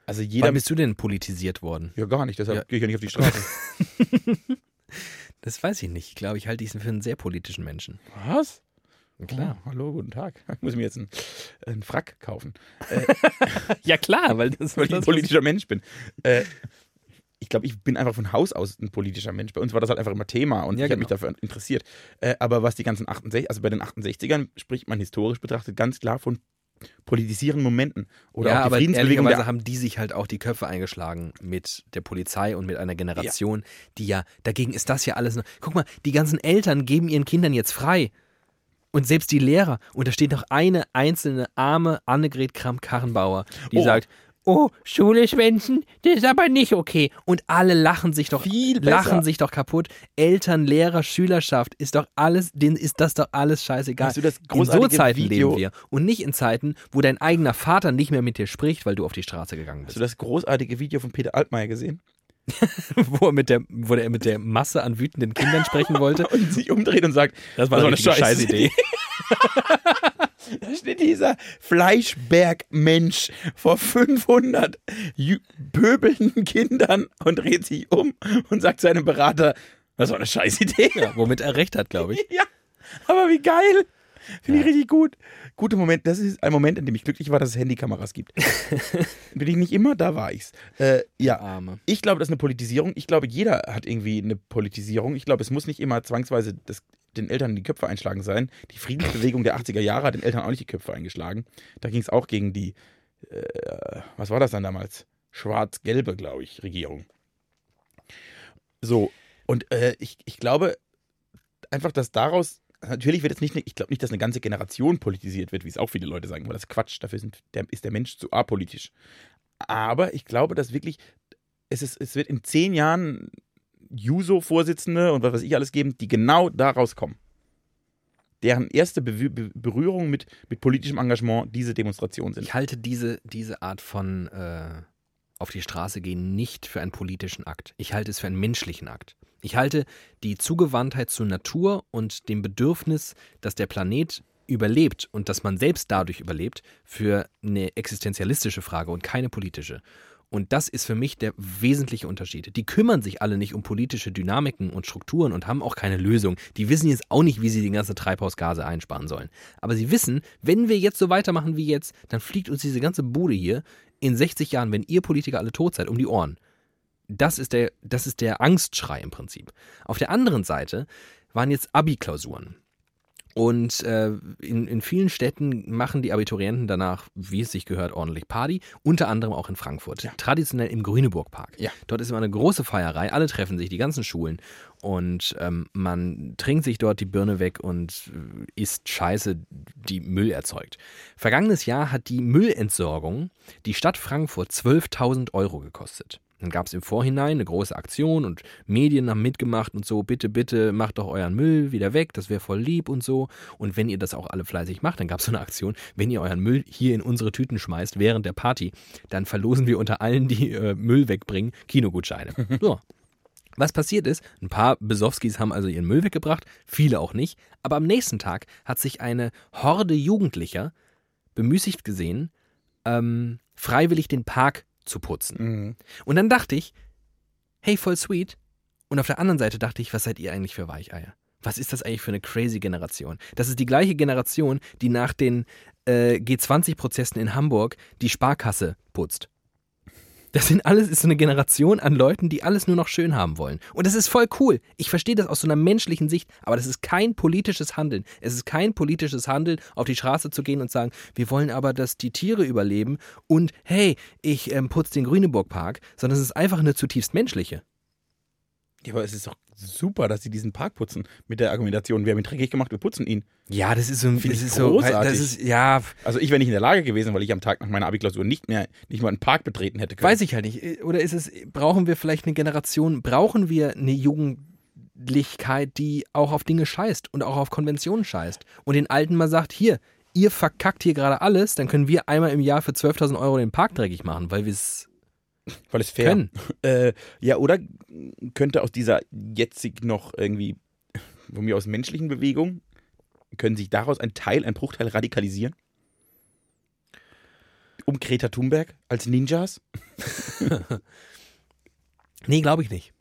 [SPEAKER 2] Also
[SPEAKER 1] Wann
[SPEAKER 2] jeder.
[SPEAKER 1] bist du denn politisiert worden?
[SPEAKER 2] ja, gar nicht, deshalb
[SPEAKER 1] Ja.
[SPEAKER 2] gehe ich ja nicht auf die Straße.
[SPEAKER 1] Das weiß ich nicht. Ich glaube, ich halte dich für einen sehr politischen Menschen.
[SPEAKER 2] Was?
[SPEAKER 1] Klar.
[SPEAKER 2] Oh, hallo, guten Tag. Ich muss mir jetzt einen, einen Frack kaufen.
[SPEAKER 1] Ja, klar, weil das
[SPEAKER 2] weil ich ein politischer Mensch bin. Äh, ich glaube, ich bin einfach von Haus aus ein politischer Mensch. Bei uns war das halt einfach immer Thema und
[SPEAKER 1] Ja,
[SPEAKER 2] ich habe mich
[SPEAKER 1] genau.
[SPEAKER 2] dafür interessiert. Äh, aber was die ganzen 68, also bei den 68ern spricht man historisch betrachtet ganz klar von politisierenden Momenten. Oder
[SPEAKER 1] ja,
[SPEAKER 2] auch die
[SPEAKER 1] aber
[SPEAKER 2] Friedensbewegung
[SPEAKER 1] ehrlicherweise
[SPEAKER 2] der
[SPEAKER 1] haben die sich halt auch die Köpfe eingeschlagen mit der Polizei und mit einer Generation, die ja, dagegen ist das ja alles noch. Guck mal, die ganzen Eltern geben ihren Kindern jetzt frei. Und selbst die Lehrer. Und da steht noch eine einzelne arme Annegret Kramp-Karrenbauer, die
[SPEAKER 2] Oh.
[SPEAKER 1] sagt, oh, Schule schwänzen, das ist aber nicht okay. Und alle lachen sich doch,
[SPEAKER 2] Viel besser.
[SPEAKER 1] lachen sich doch kaputt. Eltern, Lehrer, Schülerschaft, ist doch alles, denen ist das doch alles scheißegal.
[SPEAKER 2] Hast du das
[SPEAKER 1] in so
[SPEAKER 2] großartige
[SPEAKER 1] Zeiten leben
[SPEAKER 2] Video-
[SPEAKER 1] wir. Und nicht in Zeiten, wo dein eigener Vater nicht mehr mit dir spricht, weil du auf die Straße gegangen
[SPEAKER 2] Hast du
[SPEAKER 1] bist.
[SPEAKER 2] das großartige Video von Peter Altmaier gesehen?
[SPEAKER 1] wo, er mit der, wo er mit der Masse an wütenden Kindern sprechen wollte.
[SPEAKER 2] Und sich umdreht und sagt,
[SPEAKER 1] richtige Scheißidee.
[SPEAKER 2] Da steht dieser Fleischbergmensch vor 500 jü- pöbelnden Kindern und dreht sich um und sagt seinem Berater, das war eine Scheißidee.
[SPEAKER 1] Ja, womit er recht hat, glaube ich.
[SPEAKER 2] Ja, aber wie geil. Finde ich
[SPEAKER 1] Ja.
[SPEAKER 2] richtig gut. Guter Moment. Das ist ein Moment, in dem ich glücklich war, dass es Handykameras gibt. Bin ich nicht immer, da war ich's. Äh, ja.
[SPEAKER 1] Arme.
[SPEAKER 2] Ich glaube, das ist eine Politisierung. Ich glaube, jeder hat irgendwie eine Politisierung. Ich glaube, es muss nicht immer zwangsweise das, den Eltern die Köpfe einschlagen sein. Die Friedensbewegung der 80er Jahre hat den Eltern auch nicht die Köpfe eingeschlagen. Da ging es auch gegen die, äh, was war das dann damals? Schwarz-gelbe, glaube ich, Regierung. So, und äh, ich, ich glaube einfach, dass daraus, natürlich wird jetzt nicht, ich glaube nicht, dass eine ganze Generation politisiert wird, wie es auch viele Leute sagen, weil das ist Quatsch, dafür sind, der, ist der Mensch zu apolitisch. Aber ich glaube, dass wirklich, es, ist, es wird in zehn Jahren Juso-Vorsitzende und was weiß ich alles geben, die genau daraus kommen. Deren erste Be Be Berührung mit, mit politischem Engagement diese Demonstrationen sind.
[SPEAKER 1] Ich halte diese, diese Art von äh, auf die Straße gehen nicht für einen politischen Akt. Ich halte es für einen menschlichen Akt. Ich halte die Zugewandtheit zur Natur und dem Bedürfnis, dass der Planet überlebt und dass man selbst dadurch überlebt, für eine existenzialistische Frage und keine politische. Und das ist für mich der wesentliche Unterschied. Die kümmern sich alle nicht um politische Dynamiken und Strukturen und haben auch keine Lösung. Die wissen jetzt auch nicht, wie sie die ganzen Treibhausgase einsparen sollen. Aber sie wissen, wenn wir jetzt so weitermachen wie jetzt, dann fliegt uns diese ganze Bude hier in 60 Jahren, wenn ihr Politiker alle tot seid, um die Ohren. Das ist der, das ist der Angstschrei im Prinzip. Auf der anderen Seite waren jetzt Abi-Klausuren. Und äh, in, in vielen Städten machen die Abiturienten danach, wie es sich gehört, ordentlich Party. Unter anderem auch in Frankfurt.
[SPEAKER 2] Ja.
[SPEAKER 1] Traditionell im Grüneburg-Park.
[SPEAKER 2] Ja.
[SPEAKER 1] Dort ist immer eine große Feierei. Alle treffen sich, die ganzen Schulen. Und ähm, man trinkt sich dort die Birne weg und äh, isst Scheiße, die Müll erzeugt. Vergangenes Jahr hat die Müllentsorgung die Stadt Frankfurt 12.000 Euro gekostet. Dann gab es im Vorhinein eine große Aktion und Medien haben mitgemacht und so, bitte, bitte, macht doch euren Müll wieder weg, das wäre voll lieb und so. Und wenn ihr das auch alle fleißig macht, dann gab es so eine Aktion, wenn ihr euren Müll hier in unsere Tüten schmeißt während der Party, dann verlosen wir unter allen, die äh, Müll wegbringen, Kinogutscheine. So, was passiert ist, ein paar Besowskis haben also ihren Müll weggebracht, viele auch nicht, aber am nächsten Tag hat sich eine Horde Jugendlicher bemüßigt gesehen, ähm, freiwillig den Park zu putzen.
[SPEAKER 2] Mhm.
[SPEAKER 1] Und dann dachte ich, hey, voll sweet. Und auf der anderen Seite dachte ich, was seid ihr eigentlich für Weicheier? Was ist das eigentlich für eine crazy Generation? Das ist die gleiche Generation, die nach den äh, G20-Prozessen in Hamburg die Sparkasse putzt. Das sind alles ist so eine Generation an Leuten, die alles nur noch schön haben wollen. Und das ist voll cool. Ich verstehe das aus so einer menschlichen Sicht, aber das ist kein politisches Handeln. Es ist kein politisches Handeln, auf die Straße zu gehen und sagen, wir wollen aber, dass die Tiere überleben und hey, ich ähm, putze den Grüneburg-Park, sondern es ist einfach eine zutiefst menschliche.
[SPEAKER 2] Ja, aber es ist doch super, dass sie diesen Park putzen. Mit der Argumentation, wir haben ihn dreckig gemacht, wir putzen ihn.
[SPEAKER 1] Ja, das ist so,
[SPEAKER 2] Finde
[SPEAKER 1] das
[SPEAKER 2] ich
[SPEAKER 1] ist so,
[SPEAKER 2] großartig.
[SPEAKER 1] das ist, ja,
[SPEAKER 2] Also ich wäre nicht in der Lage gewesen, weil ich am Tag nach meiner Abiklausur nicht mehr, nicht mal einen Park betreten hätte können.
[SPEAKER 1] weiß ich halt nicht. Oder ist es, brauchen wir vielleicht eine Generation, brauchen wir eine Jugendlichkeit, die auch auf Dinge scheißt und auch auf Konventionen scheißt und den Alten mal sagt, hier, ihr verkackt hier gerade alles, dann können wir einmal im Jahr für 12.000 Euro den Park dreckig machen, weil wir es
[SPEAKER 2] weil es fair.
[SPEAKER 1] können.
[SPEAKER 2] Äh, ja, oder könnte aus dieser jetzig noch irgendwie, von mir aus menschlichen Bewegung, können sich daraus ein Teil, ein Bruchteil radikalisieren? Um Greta Thunberg als Ninjas?
[SPEAKER 1] Nee, glaube ich nicht.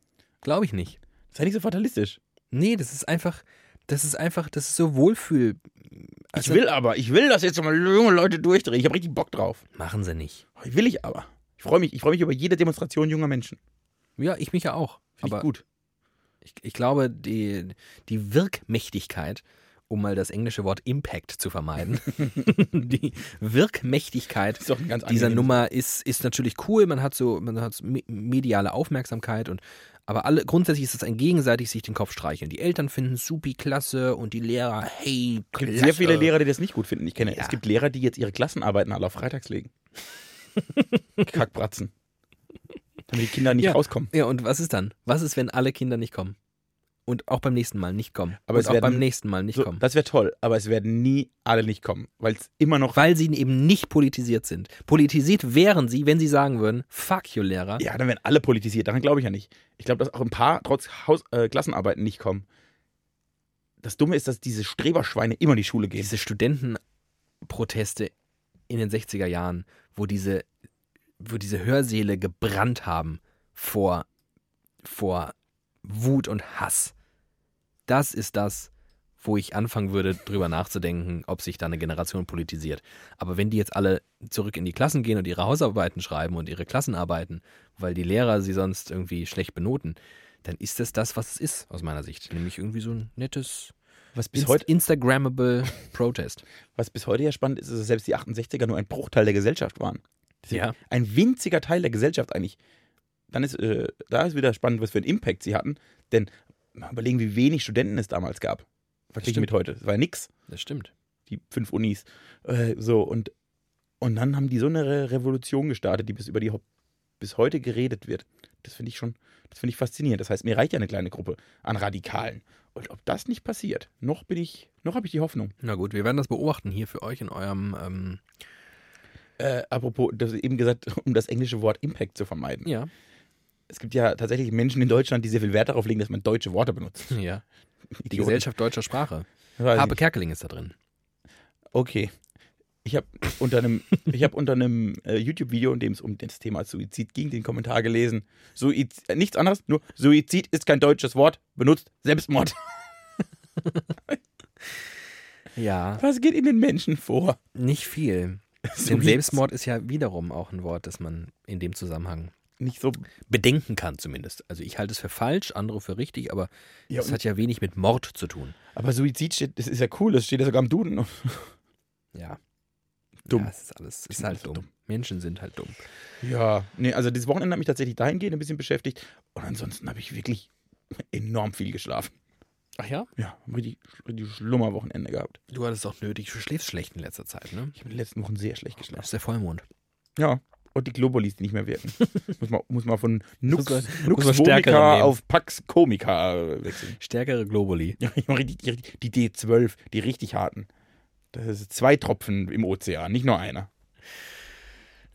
[SPEAKER 1] Glaube ich nicht.
[SPEAKER 2] Sei nicht so fatalistisch.
[SPEAKER 1] Nee, das ist einfach, das ist einfach, das ist so Wohlfühl. Also-
[SPEAKER 2] ich will aber, ich will, dass jetzt mal junge Leute durchdrehen. Ich habe richtig Bock drauf.
[SPEAKER 1] Machen sie nicht.
[SPEAKER 2] Will ich aber. Ich freue mich, ich freue mich über jede Demonstration junger Menschen.
[SPEAKER 1] Ja, ich mich ja auch.
[SPEAKER 2] Finde
[SPEAKER 1] aber
[SPEAKER 2] ich gut.
[SPEAKER 1] Ich, ich glaube, die, die Wirkmächtigkeit, um mal das englische Wort Impact zu vermeiden, die Wirkmächtigkeit
[SPEAKER 2] Ist doch ein ganz
[SPEAKER 1] dieser
[SPEAKER 2] angenehmes-
[SPEAKER 1] Nummer ist, ist natürlich cool. Man hat so man hat so me- mediale Aufmerksamkeit und aber alle, grundsätzlich ist es ein gegenseitig sich den Kopf streicheln. Die Eltern finden es supi klasse und die Lehrer, hey,
[SPEAKER 2] Es
[SPEAKER 1] klasse.
[SPEAKER 2] gibt sehr viele Lehrer, die das nicht gut finden. Ich kenne,
[SPEAKER 1] Ja.
[SPEAKER 2] es gibt Lehrer, die jetzt ihre Klassenarbeiten alle auf freitags legen. Kackbratzen. Damit die Kinder nicht
[SPEAKER 1] Ja.
[SPEAKER 2] rauskommen.
[SPEAKER 1] Ja, und was ist dann? Was ist, wenn alle Kinder nicht kommen? Und auch beim nächsten Mal nicht kommen.
[SPEAKER 2] Aber
[SPEAKER 1] und
[SPEAKER 2] es
[SPEAKER 1] auch
[SPEAKER 2] werden-
[SPEAKER 1] beim nächsten Mal nicht
[SPEAKER 2] So,
[SPEAKER 1] kommen.
[SPEAKER 2] das wäre toll, aber es werden nie alle nicht kommen, weil es immer noch.
[SPEAKER 1] Weil sie eben nicht politisiert sind. Politisiert wären sie, wenn sie sagen würden, fuck you, Lehrer.
[SPEAKER 2] Ja, dann werden alle politisiert. Daran glaube ich ja nicht. Ich glaube, dass auch ein paar trotz Haus äh, Klassenarbeiten nicht kommen. Das Dumme ist, dass diese Streberschweine immer in die Schule gehen.
[SPEAKER 1] Diese Studentenproteste in den 60er Jahren, wo diese, wo diese Hörsäle gebrannt haben vor, vor Wut und Hass. Das ist das, wo ich anfangen würde, drüber nachzudenken, ob sich da eine Generation politisiert. Aber wenn die jetzt alle zurück in die Klassen gehen und ihre Hausarbeiten schreiben und ihre Klassenarbeiten, weil die Lehrer sie sonst irgendwie schlecht benoten, dann ist das das, was es ist, aus meiner Sicht. Nämlich irgendwie so ein nettes,
[SPEAKER 2] Was bis,
[SPEAKER 1] Inst
[SPEAKER 2] heute,
[SPEAKER 1] Instagrammable Protest.
[SPEAKER 2] was bis heute ja spannend ist, ist, dass selbst die 68er nur ein Bruchteil der Gesellschaft waren.
[SPEAKER 1] ja.
[SPEAKER 2] ein winziger Teil der Gesellschaft eigentlich. Dann ist, äh, da ist wieder spannend, was für einen Impact sie hatten. Denn mal überlegen, wie wenig Studenten es damals gab. Verglichen
[SPEAKER 1] stimmt.
[SPEAKER 2] mit heute. Es war ja nix,
[SPEAKER 1] Das stimmt.
[SPEAKER 2] die fünf Unis. Äh, so, und, und dann haben die so eine Re Revolution gestartet, die bis über die Ho- bis heute geredet wird. Das finde ich schon, das finde ich faszinierend. Das heißt, mir reicht ja eine kleine Gruppe an Radikalen. Und ob das nicht passiert, noch bin ich, noch habe ich die Hoffnung.
[SPEAKER 1] Na gut, wir werden das beobachten hier für euch in eurem. Ähm,
[SPEAKER 2] Äh, apropos, das ist eben gesagt, um das englische Wort Impact zu vermeiden.
[SPEAKER 1] ja,
[SPEAKER 2] es gibt ja tatsächlich Menschen in Deutschland, die sehr viel Wert darauf legen, dass man deutsche Worte benutzt.
[SPEAKER 1] ja. Die
[SPEAKER 2] Idioten.
[SPEAKER 1] Gesellschaft deutscher Sprache.
[SPEAKER 2] Weiß
[SPEAKER 1] Habe
[SPEAKER 2] ich.
[SPEAKER 1] Kerkeling ist da drin.
[SPEAKER 2] Okay. Ich habe unter einem, ich hab unter einem äh, YouTube-Video, in dem es um das Thema Suizid ging, den Kommentar gelesen. Suiz äh, nichts anderes, nur Suizid ist kein deutsches Wort, benutzt Selbstmord.
[SPEAKER 1] Ja.
[SPEAKER 2] Was geht in den Menschen vor?
[SPEAKER 1] Nicht viel. Denn
[SPEAKER 2] Suiz-
[SPEAKER 1] Selbstmord ist ja wiederum auch ein Wort, das man in dem Zusammenhang
[SPEAKER 2] Nicht so.
[SPEAKER 1] bedenken kann, zumindest. Also ich halte es für falsch, andere für richtig, aber
[SPEAKER 2] Ja,
[SPEAKER 1] es hat ja wenig mit Mord zu tun.
[SPEAKER 2] aber Suizid steht, das ist ja cool, das steht ja sogar am Duden.
[SPEAKER 1] Ja.
[SPEAKER 2] Dumm.
[SPEAKER 1] Ja, es ist alles. Ist halt
[SPEAKER 2] Also
[SPEAKER 1] dumm.
[SPEAKER 2] dumm.
[SPEAKER 1] Menschen sind halt dumm.
[SPEAKER 2] Ja, nee, also dieses Wochenende hat mich tatsächlich dahingehend ein bisschen beschäftigt. Und ansonsten habe ich wirklich enorm viel geschlafen.
[SPEAKER 1] Ach ja?
[SPEAKER 2] Ja, hab richtig, richtig Schlummerwochenende gehabt.
[SPEAKER 1] Du hattest auch nötig. Du schläfst schlecht in letzter Zeit, ne?
[SPEAKER 2] Ich habe in den letzten Wochen sehr schlecht
[SPEAKER 1] Das
[SPEAKER 2] geschlafen.
[SPEAKER 1] ist der Vollmond.
[SPEAKER 2] Ja. Und die Globulis, die nicht mehr wirken. muss, man, muss man von Nux,
[SPEAKER 1] Muss man-
[SPEAKER 2] Nux
[SPEAKER 1] muss man stärkere
[SPEAKER 2] Vomica
[SPEAKER 1] nehmen.
[SPEAKER 2] auf Pax Comica äh, wechseln.
[SPEAKER 1] Stärkere Globuli.
[SPEAKER 2] Ja, ich mach richtig- die, richtig- die D12, die richtig harten. Das ist zwei Tropfen im Ozean, nicht nur einer.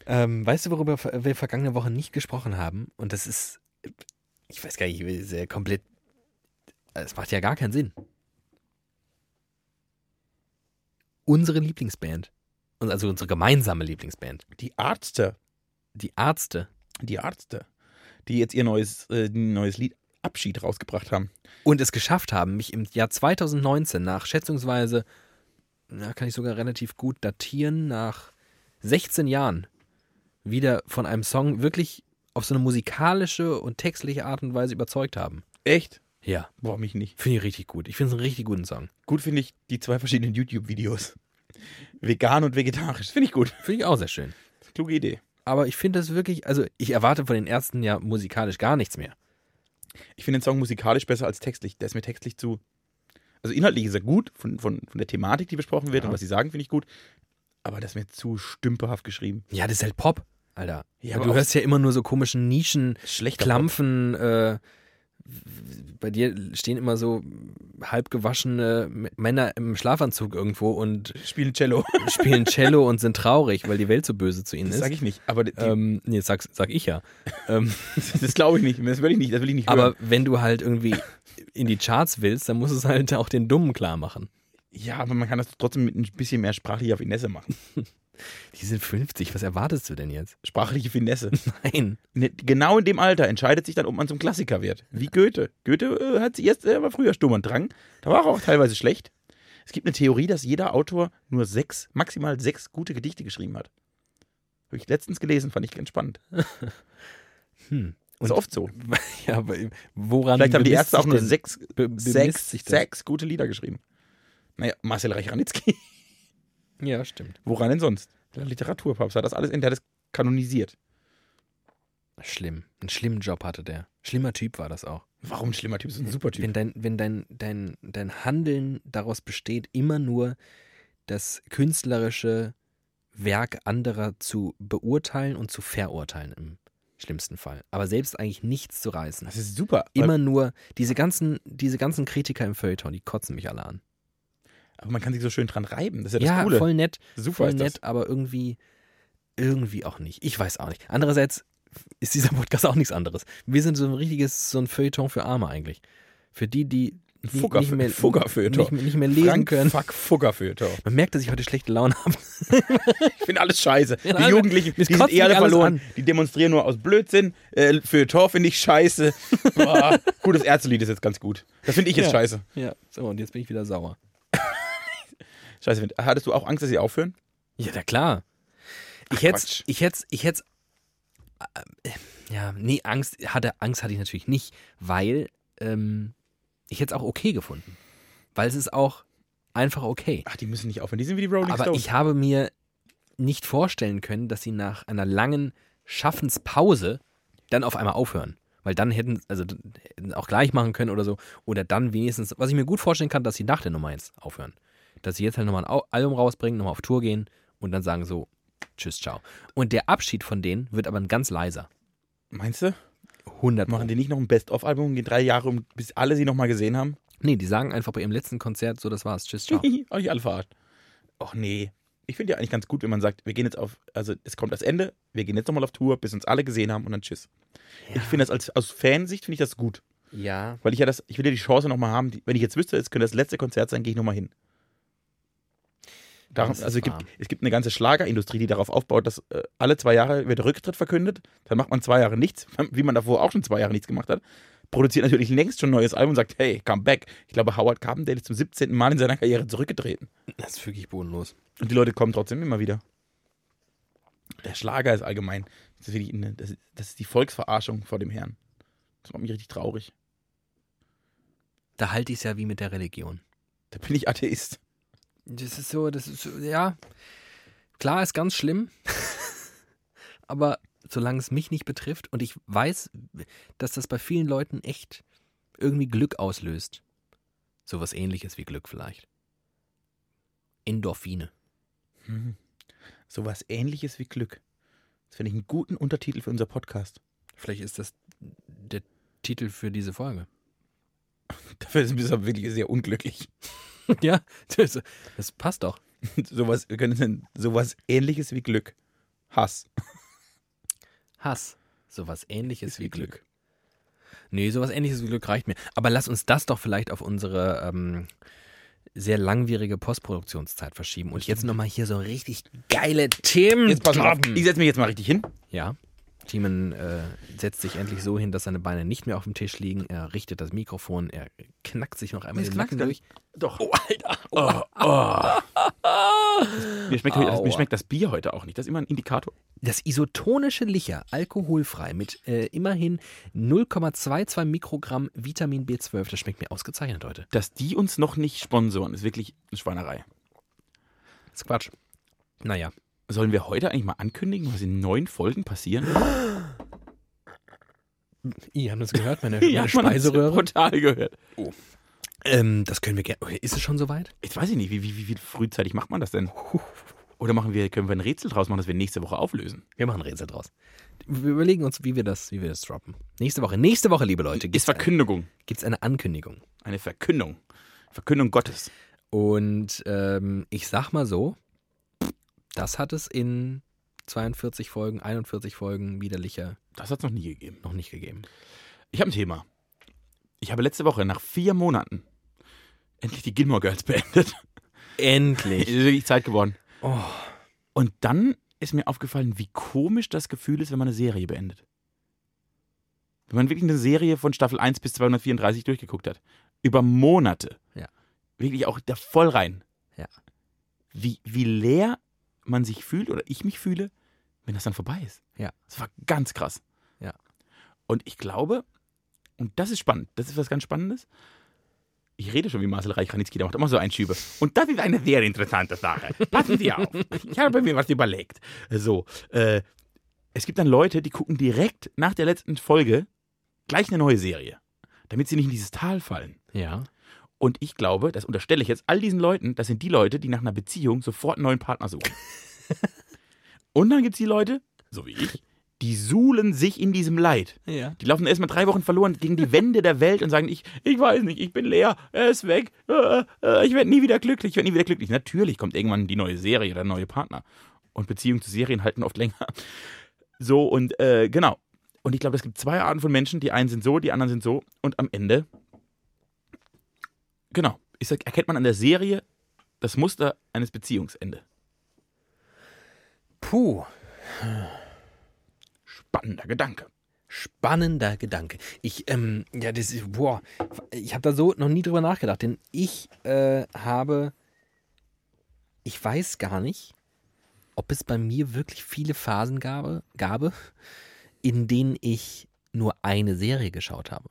[SPEAKER 1] Ähm, weißt du, worüber ver- wir vergangene Woche nicht gesprochen haben? Und das ist, ich weiß gar nicht, wie sehr komplett, es macht ja gar keinen Sinn. Unsere Lieblingsband, und also unsere gemeinsame Lieblingsband,
[SPEAKER 2] Die Ärzte,
[SPEAKER 1] die Ärzte
[SPEAKER 2] die Ärzte, die jetzt ihr neues, äh, ein neues Lied Abschied rausgebracht haben.
[SPEAKER 1] und es geschafft haben, mich im Jahr 2019 nach schätzungsweise, na, kann ich sogar relativ gut datieren, nach 16 Jahren wieder von einem Song wirklich auf so eine musikalische und textliche Art und Weise überzeugt haben.
[SPEAKER 2] Echt?
[SPEAKER 1] Ja.
[SPEAKER 2] Boah, mich nicht.
[SPEAKER 1] Finde ich richtig gut. Ich finde es einen richtig guten Song.
[SPEAKER 2] Gut finde ich die zwei verschiedenen YouTube-Videos. Vegan und vegetarisch. Finde ich gut.
[SPEAKER 1] Finde ich auch sehr schön.
[SPEAKER 2] Kluge Idee.
[SPEAKER 1] Aber ich finde das wirklich, also ich erwarte von den Ärzten ja musikalisch gar nichts mehr.
[SPEAKER 2] Ich finde den Song musikalisch besser als textlich. Der ist mir textlich zu. Also inhaltlich ist er gut, von, von, von der Thematik, die besprochen wird
[SPEAKER 1] Ja.
[SPEAKER 2] und was sie sagen, finde ich gut. Aber das ist mir zu stümperhaft geschrieben.
[SPEAKER 1] Ja, das ist halt Pop, Alter.
[SPEAKER 2] Ja,
[SPEAKER 1] du
[SPEAKER 2] auch
[SPEAKER 1] hörst ja immer nur so komischen Nischen,
[SPEAKER 2] schlechter
[SPEAKER 1] Klampfen. Äh, bei dir stehen immer so halbgewaschene M- Männer im Schlafanzug irgendwo und
[SPEAKER 2] Pop. Spielen Cello.
[SPEAKER 1] spielen Cello und sind traurig, weil die Welt so böse zu ihnen
[SPEAKER 2] Das
[SPEAKER 1] ist.
[SPEAKER 2] sage ich nicht. Aber die,
[SPEAKER 1] ähm, nee, sag, sag ich ja. Ähm,
[SPEAKER 2] das glaube ich nicht. Das will ich nicht. Das will ich nicht hören.
[SPEAKER 1] aber wenn du halt irgendwie in die Charts willst, dann musst du es halt auch den Dummen klar machen.
[SPEAKER 2] Ja, aber man kann das trotzdem mit ein bisschen mehr sprachlicher Finesse machen.
[SPEAKER 1] Die sind 50, was erwartest du denn jetzt?
[SPEAKER 2] Sprachliche Finesse.
[SPEAKER 1] Nein.
[SPEAKER 2] Ne- Genau in dem Alter entscheidet sich dann, ob man zum Klassiker wird. Wie Goethe. Goethe äh, hat sich erst, er war früher Sturm und Drang. Da war er auch teilweise schlecht. Es gibt eine Theorie, dass jeder Autor nur sechs, maximal sechs gute Gedichte geschrieben hat. Habe ich letztens gelesen, fand ich ganz spannend.
[SPEAKER 1] Hm.
[SPEAKER 2] ist oft so.
[SPEAKER 1] Ja, aber woran
[SPEAKER 2] Vielleicht haben die
[SPEAKER 1] bemisst
[SPEAKER 2] Ärzte auch
[SPEAKER 1] sich
[SPEAKER 2] nur
[SPEAKER 1] denn-
[SPEAKER 2] sechs,
[SPEAKER 1] be- bemisst
[SPEAKER 2] sechs,
[SPEAKER 1] sich das?
[SPEAKER 2] sechs gute Lieder geschrieben. Naja, Marcel Reich-Ranitzky.
[SPEAKER 1] Ja, stimmt.
[SPEAKER 2] Woran denn sonst? Der Literaturpapst hat das alles, der hat das kanonisiert.
[SPEAKER 1] Schlimm. Einen schlimmen Job hatte der. Schlimmer Typ war das auch.
[SPEAKER 2] Warum ein schlimmer Typ? So ein super Typ.
[SPEAKER 1] Wenn, dein, wenn dein, dein, dein Handeln daraus besteht, immer nur das künstlerische Werk anderer zu beurteilen und zu verurteilen im schlimmsten Fall. Aber selbst eigentlich nichts zu reißen.
[SPEAKER 2] Das ist super.
[SPEAKER 1] Immer nur diese ganzen, diese ganzen Kritiker im Feuilleton, die kotzen mich alle an.
[SPEAKER 2] Aber man kann sich so schön dran reiben. Das ist ja das
[SPEAKER 1] Ja,
[SPEAKER 2] Coole.
[SPEAKER 1] voll nett,
[SPEAKER 2] Super
[SPEAKER 1] voll
[SPEAKER 2] ist
[SPEAKER 1] nett, aber irgendwie, irgendwie auch nicht. Ich weiß auch nicht. Andererseits ist dieser Podcast auch nichts anderes. Wir sind so ein richtiges, so ein Feuilleton für Arme eigentlich. Für die, die
[SPEAKER 2] das.
[SPEAKER 1] nicht,
[SPEAKER 2] Fugger-
[SPEAKER 1] nicht, mehr,
[SPEAKER 2] Fuggerfeuilleton.
[SPEAKER 1] nicht, mehr- nicht mehr lesen
[SPEAKER 2] Frank
[SPEAKER 1] können.
[SPEAKER 2] Fuck Fuggerfeuilleton.
[SPEAKER 1] Man merkt, dass ich heute schlechte Laune habe.
[SPEAKER 2] Ich finde alles scheiße.
[SPEAKER 1] Ja,
[SPEAKER 2] die
[SPEAKER 1] alle-
[SPEAKER 2] Jugendlichen, die
[SPEAKER 1] mich
[SPEAKER 2] sind
[SPEAKER 1] kotzt
[SPEAKER 2] eh alle
[SPEAKER 1] mich alles
[SPEAKER 2] verloren.
[SPEAKER 1] an.
[SPEAKER 2] Die demonstrieren nur aus Blödsinn. Äh, Feuilleton finde ich scheiße. Boah. gut, das Ärztelied ist jetzt ganz gut. Das finde ich jetzt
[SPEAKER 1] Ja.
[SPEAKER 2] scheiße.
[SPEAKER 1] Ja, so, und jetzt bin ich wieder sauer.
[SPEAKER 2] Scheiße. find- Hattest du auch Angst, dass sie aufhören?
[SPEAKER 1] Ja, na klar. Ich
[SPEAKER 2] Ach,
[SPEAKER 1] hätte,
[SPEAKER 2] Quatsch.
[SPEAKER 1] ich hätte, ich hätte, äh, ja, nee, Angst hatte, Angst hatte ich natürlich nicht, weil ähm, ich hätte es auch okay gefunden. Weil es ist auch einfach okay.
[SPEAKER 2] Ach, die müssen nicht aufhören. Die sind wie die Rolling
[SPEAKER 1] Aber
[SPEAKER 2] Stones.
[SPEAKER 1] ich habe mir nicht vorstellen können, dass sie nach einer langen Schaffenspause dann auf einmal aufhören. Weil dann hätten, also d- hätten auch gleich machen können oder so. Oder dann wenigstens, was ich mir gut vorstellen kann, dass sie nach der Nummer 1 aufhören. Dass sie jetzt halt nochmal ein Au- Album rausbringen, nochmal auf Tour gehen und dann sagen so, tschüss, ciao. Und der Abschied von denen wird aber ein ganz leiser.
[SPEAKER 2] Meinst du?
[SPEAKER 1] 100 Pro.
[SPEAKER 2] Machen die nicht noch ein Best-of-Album und gehen drei Jahre, um, bis alle sie nochmal gesehen haben?
[SPEAKER 1] Nee, die sagen einfach bei ihrem letzten Konzert, so, das war's, tschüss, ciao.
[SPEAKER 2] Hab ich alle verarscht. Och nee. Ich finde ja eigentlich ganz gut, wenn man sagt, wir gehen jetzt auf, also es kommt das Ende, wir gehen jetzt nochmal auf Tour, bis uns alle gesehen haben und dann tschüss. Ich finde das als, aus Fansicht finde ich das gut.
[SPEAKER 1] Ja,
[SPEAKER 2] Weil ich ja das, ich will ja die Chance nochmal haben, die, wenn ich jetzt wüsste, es könnte das letzte Konzert sein, gehe ich nochmal hin. Darum,
[SPEAKER 1] Das ist
[SPEAKER 2] also es gibt,
[SPEAKER 1] wahr.
[SPEAKER 2] es gibt eine ganze Schlagerindustrie, die darauf aufbaut, dass äh, alle zwei Jahre wird Rücktritt verkündet, dann macht man zwei Jahre nichts, wie man davor auch schon zwei Jahre nichts gemacht hat, produziert natürlich längst schon ein neues Album und sagt, hey, come back. Ich glaube, Howard Carpendale ist zum 17. Mal in seiner Karriere zurückgetreten.
[SPEAKER 1] das ist wirklich bodenlos.
[SPEAKER 2] Und die Leute kommen trotzdem immer wieder. Der Schlager ist allgemein, das ist, wirklich eine, das ist, das ist die Volksverarschung vor dem Herrn. Das macht mich richtig traurig.
[SPEAKER 1] Da halte ich es ja wie mit der Religion.
[SPEAKER 2] Da bin ich Atheist.
[SPEAKER 1] Das ist so, das ist, so- ja. Klar, ist ganz schlimm. aber solange es mich nicht betrifft und ich weiß, dass das bei vielen Leuten echt irgendwie Glück auslöst. Sowas ähnliches wie Glück vielleicht. Endorphine.
[SPEAKER 2] Mhm. Sowas ähnliches wie Glück. Das finde ich einen guten Untertitel für unser Podcast.
[SPEAKER 1] Vielleicht ist das der Titel für diese Folge.
[SPEAKER 2] Dafür ist es wirklich sehr unglücklich.
[SPEAKER 1] ja, das, das passt doch.
[SPEAKER 2] sowas, wir können es nennen, sowas ähnliches wie Glück. Hass.
[SPEAKER 1] Hass. Sowas ähnliches
[SPEAKER 2] eh
[SPEAKER 1] wie Glück. Nee, sowas ähnliches wie Glück reicht mir. Aber lass uns das doch vielleicht auf unsere ähm, sehr langwierige Postproduktionszeit verschieben und jetzt nochmal hier so richtig geile Themen.
[SPEAKER 2] Jetzt pass mal auf.
[SPEAKER 1] droppen.
[SPEAKER 2] Ich setze mich jetzt mal richtig hin.
[SPEAKER 1] Ja. Timon äh, setzt sich endlich so hin, dass seine Beine nicht mehr auf dem Tisch liegen. Er richtet das Mikrofon, er knackt sich noch einmal
[SPEAKER 2] Es
[SPEAKER 1] den
[SPEAKER 2] knackt
[SPEAKER 1] Nacken
[SPEAKER 2] gar
[SPEAKER 1] durch.
[SPEAKER 2] Doch. Oh, Alter. Oh, Mir, schmeckt,
[SPEAKER 1] Aua.
[SPEAKER 2] mir schmeckt das Bier heute auch nicht. Das ist immer ein Indikator.
[SPEAKER 1] Das isotonische Licher, alkoholfrei, mit äh, immerhin 0,22 Mikrogramm Vitamin B12. Das schmeckt mir ausgezeichnet heute.
[SPEAKER 2] Dass die uns noch nicht sponsoren, ist wirklich eine Schweinerei.
[SPEAKER 1] Das ist Quatsch. Naja.
[SPEAKER 2] Sollen wir heute eigentlich mal ankündigen, was in neun Folgen passieren?
[SPEAKER 1] Ihr habt das gehört, meine,
[SPEAKER 2] Ja,
[SPEAKER 1] meine
[SPEAKER 2] man hat's
[SPEAKER 1] Speiseröhre.
[SPEAKER 2] Brutal gehört.
[SPEAKER 1] Ähm, das können wir gerne. Ist es schon soweit?
[SPEAKER 2] Jetzt weiß ich nicht, wie, wie, wie, wie frühzeitig macht man das denn? Oder machen wir, können wir ein Rätsel draus machen, das wir nächste Woche auflösen?
[SPEAKER 1] Wir machen Rätsel draus. Wir überlegen uns, wie wir das, wie wir das droppen. Nächste Woche, nächste Woche, liebe Leute,
[SPEAKER 2] Ist
[SPEAKER 1] gibt
[SPEAKER 2] Verkündigung.
[SPEAKER 1] es eine Ankündigung.
[SPEAKER 2] Eine Verkündung. Verkündung Gottes.
[SPEAKER 1] Und ähm, ich sag mal so, das hat es in 42 Folgen, 41 Folgen widerlicher
[SPEAKER 2] Das hat es noch nie gegeben.
[SPEAKER 1] noch nicht gegeben.
[SPEAKER 2] Ich habe ein Thema. Ich habe letzte Woche nach vier Monaten endlich die Gilmore Girls beendet. Es
[SPEAKER 1] Endlich.
[SPEAKER 2] ist wirklich Zeit geworden.
[SPEAKER 1] Oh.
[SPEAKER 2] Und dann ist mir aufgefallen, wie komisch das Gefühl ist, wenn man eine Serie beendet. Wenn man wirklich eine Serie von Staffel 1 bis 234 durchgeguckt hat. Über Monate.
[SPEAKER 1] Ja.
[SPEAKER 2] Wirklich auch da voll rein.
[SPEAKER 1] Ja.
[SPEAKER 2] Wie, wie leer man sich fühlt oder ich mich fühle, wenn das dann vorbei ist.
[SPEAKER 1] Ja.
[SPEAKER 2] Das war ganz krass.
[SPEAKER 1] Ja.
[SPEAKER 2] Und ich glaube, und das ist spannend, das ist was ganz Spannendes. Ich rede schon wie Marcel Reich-Ranitzky, der macht immer so Einschübe. Und das ist eine sehr interessante Sache. Passen Sie auf. Ich habe mir was überlegt. So, äh, es gibt dann Leute, die gucken direkt nach der letzten Folge gleich eine neue Serie, damit sie nicht in dieses Tal fallen.
[SPEAKER 1] Ja.
[SPEAKER 2] Und ich glaube, das unterstelle ich jetzt all diesen Leuten, das sind die Leute, die nach einer Beziehung sofort einen neuen Partner suchen. Und dann gibt es die Leute, so wie ich, die suhlen sich in diesem Leid.
[SPEAKER 1] Ja.
[SPEAKER 2] Die laufen erstmal drei Wochen verloren gegen die Wände der Welt und sagen, ich, ich weiß nicht, ich bin leer, er ist weg, äh, äh, ich werde nie wieder glücklich, ich werde nie wieder glücklich. Natürlich kommt irgendwann die neue Serie oder der neue Partner. Und Beziehungen zu Serien halten oft länger. So und äh, genau. Und ich glaube, es gibt zwei Arten von Menschen. Die einen sind so, die anderen sind so. Und am Ende, genau, ich sag, erkennt man an der Serie das Muster eines Beziehungsende.
[SPEAKER 1] Puh.
[SPEAKER 2] Spannender Gedanke.
[SPEAKER 1] Spannender Gedanke. Ich, ähm, ja, das ist, boah, ich habe da so noch nie drüber nachgedacht, denn ich äh, habe, ich weiß gar nicht, ob es bei mir wirklich viele Phasen gabe, gabe, in denen ich nur eine Serie geschaut habe.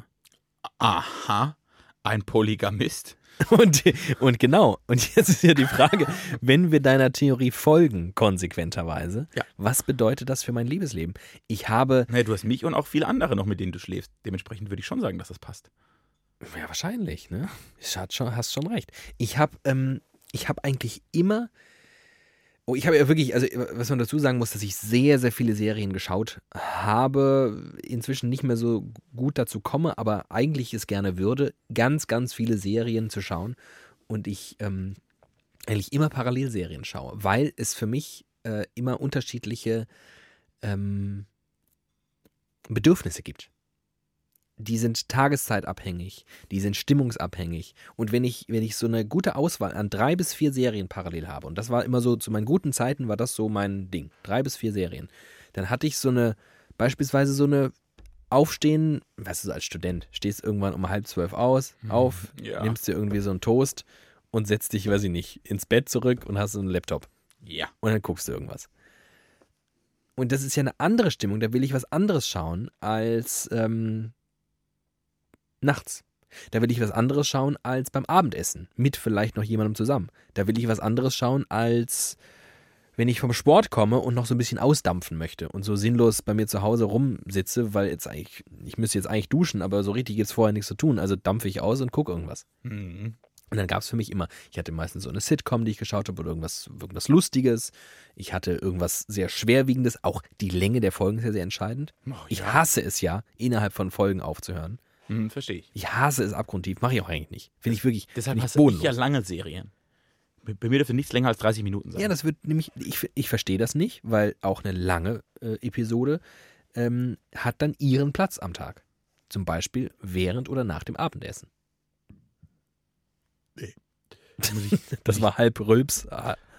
[SPEAKER 2] Aha, ein Polygamist.
[SPEAKER 1] Und, und genau, und jetzt ist ja die Frage, wenn wir deiner Theorie folgen, konsequenterweise,
[SPEAKER 2] Ja.
[SPEAKER 1] was bedeutet das für mein Liebesleben? Ich habe,
[SPEAKER 2] Naja, du hast mich und auch viele andere noch, mit denen du schläfst. Dementsprechend würde ich schon sagen, dass das passt.
[SPEAKER 1] Ja, wahrscheinlich, ne? Ich hat schon, hast schon recht. Ich habe ähm, ich hab eigentlich immer. Oh, ich habe ja wirklich, also was man dazu sagen muss, dass ich sehr, sehr viele Serien geschaut habe, inzwischen nicht mehr so gut dazu komme, aber eigentlich es gerne würde, ganz, ganz viele Serien zu schauen. Und ich ähm, eigentlich immer Parallelserien schaue, weil es für mich äh, immer unterschiedliche ähm, Bedürfnisse gibt. Die sind tageszeitabhängig, die sind stimmungsabhängig. Und wenn ich, wenn ich so eine gute Auswahl an drei bis vier Serien parallel habe, und das war immer so, zu meinen guten Zeiten war das so mein Ding, drei bis vier Serien, dann hatte ich so eine, beispielsweise so eine Aufstehen, weißt du, so als Student, stehst irgendwann um halb zwölf aus, auf,
[SPEAKER 2] Ja.
[SPEAKER 1] nimmst dir irgendwie so einen Toast und setzt dich, weiß ich nicht, ins Bett zurück und hast so einen Laptop
[SPEAKER 2] Ja.
[SPEAKER 1] und dann guckst du irgendwas. Und das ist ja eine andere Stimmung, da will ich was anderes schauen als ähm, nachts. Da will ich was anderes schauen als beim Abendessen, mit vielleicht noch jemandem zusammen. Da will ich was anderes schauen als wenn ich vom Sport komme und noch so ein bisschen ausdampfen möchte und so sinnlos bei mir zu Hause rumsitze, weil jetzt eigentlich, ich müsste jetzt eigentlich duschen, aber so richtig gibt es vorher nichts zu tun. Also dampfe ich aus und gucke irgendwas.
[SPEAKER 2] Mhm.
[SPEAKER 1] Und dann gab es für mich immer, ich hatte meistens so eine Sitcom, die ich geschaut habe, oder irgendwas, irgendwas Lustiges. Ich hatte irgendwas sehr Schwerwiegendes. Auch die Länge der Folgen ist ja sehr entscheidend.
[SPEAKER 2] Oh,
[SPEAKER 1] Ich
[SPEAKER 2] ja.
[SPEAKER 1] hasse es ja, innerhalb von Folgen aufzuhören.
[SPEAKER 2] Mhm, verstehe ich.
[SPEAKER 1] Ich hasse es abgrundtief, mache ich auch eigentlich nicht. Finde ich wirklich
[SPEAKER 2] Deshalb
[SPEAKER 1] finde ich
[SPEAKER 2] hast du
[SPEAKER 1] bodenlos.
[SPEAKER 2] ja lange Serien. Bei- Bei mir dürfte nichts länger als 30 Minuten sein.
[SPEAKER 1] Ja, das wird nämlich, ich, ich verstehe das nicht, weil auch eine lange äh, Episode ähm, hat dann ihren Platz am Tag. Zum Beispiel während oder nach dem Abendessen.
[SPEAKER 2] muss ich
[SPEAKER 1] Das war halb Rülps, äh,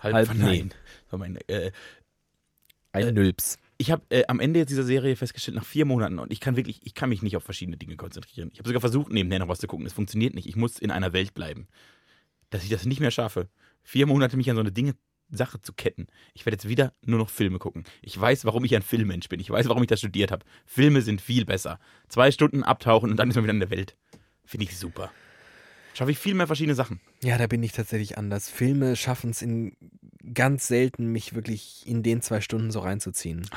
[SPEAKER 2] halt
[SPEAKER 1] halb
[SPEAKER 2] verneinen. So meine, äh,
[SPEAKER 1] ein Nülps.
[SPEAKER 2] ich habe äh, am Ende jetzt dieser Serie festgestellt, nach vier Monaten, und ich kann wirklich, ich kann mich nicht auf verschiedene Dinge konzentrieren. Ich habe sogar versucht, nebenher noch was zu gucken. Es funktioniert nicht. Ich muss in einer Welt bleiben. Dass ich das nicht mehr schaffe. Vier Monate mich an so eine Dinge, Sache zu ketten. Ich werde jetzt wieder nur noch Filme gucken. Ich weiß, warum ich ein Filmmensch bin. Ich weiß, warum ich das studiert habe. Filme sind viel besser. Zwei Stunden abtauchen und dann ist man wieder in der Welt. Finde ich super. Schaffe ich viel mehr verschiedene Sachen.
[SPEAKER 1] Ja, da bin ich tatsächlich anders. Filme schaffen es in ganz selten, mich wirklich in den zwei Stunden so reinzuziehen.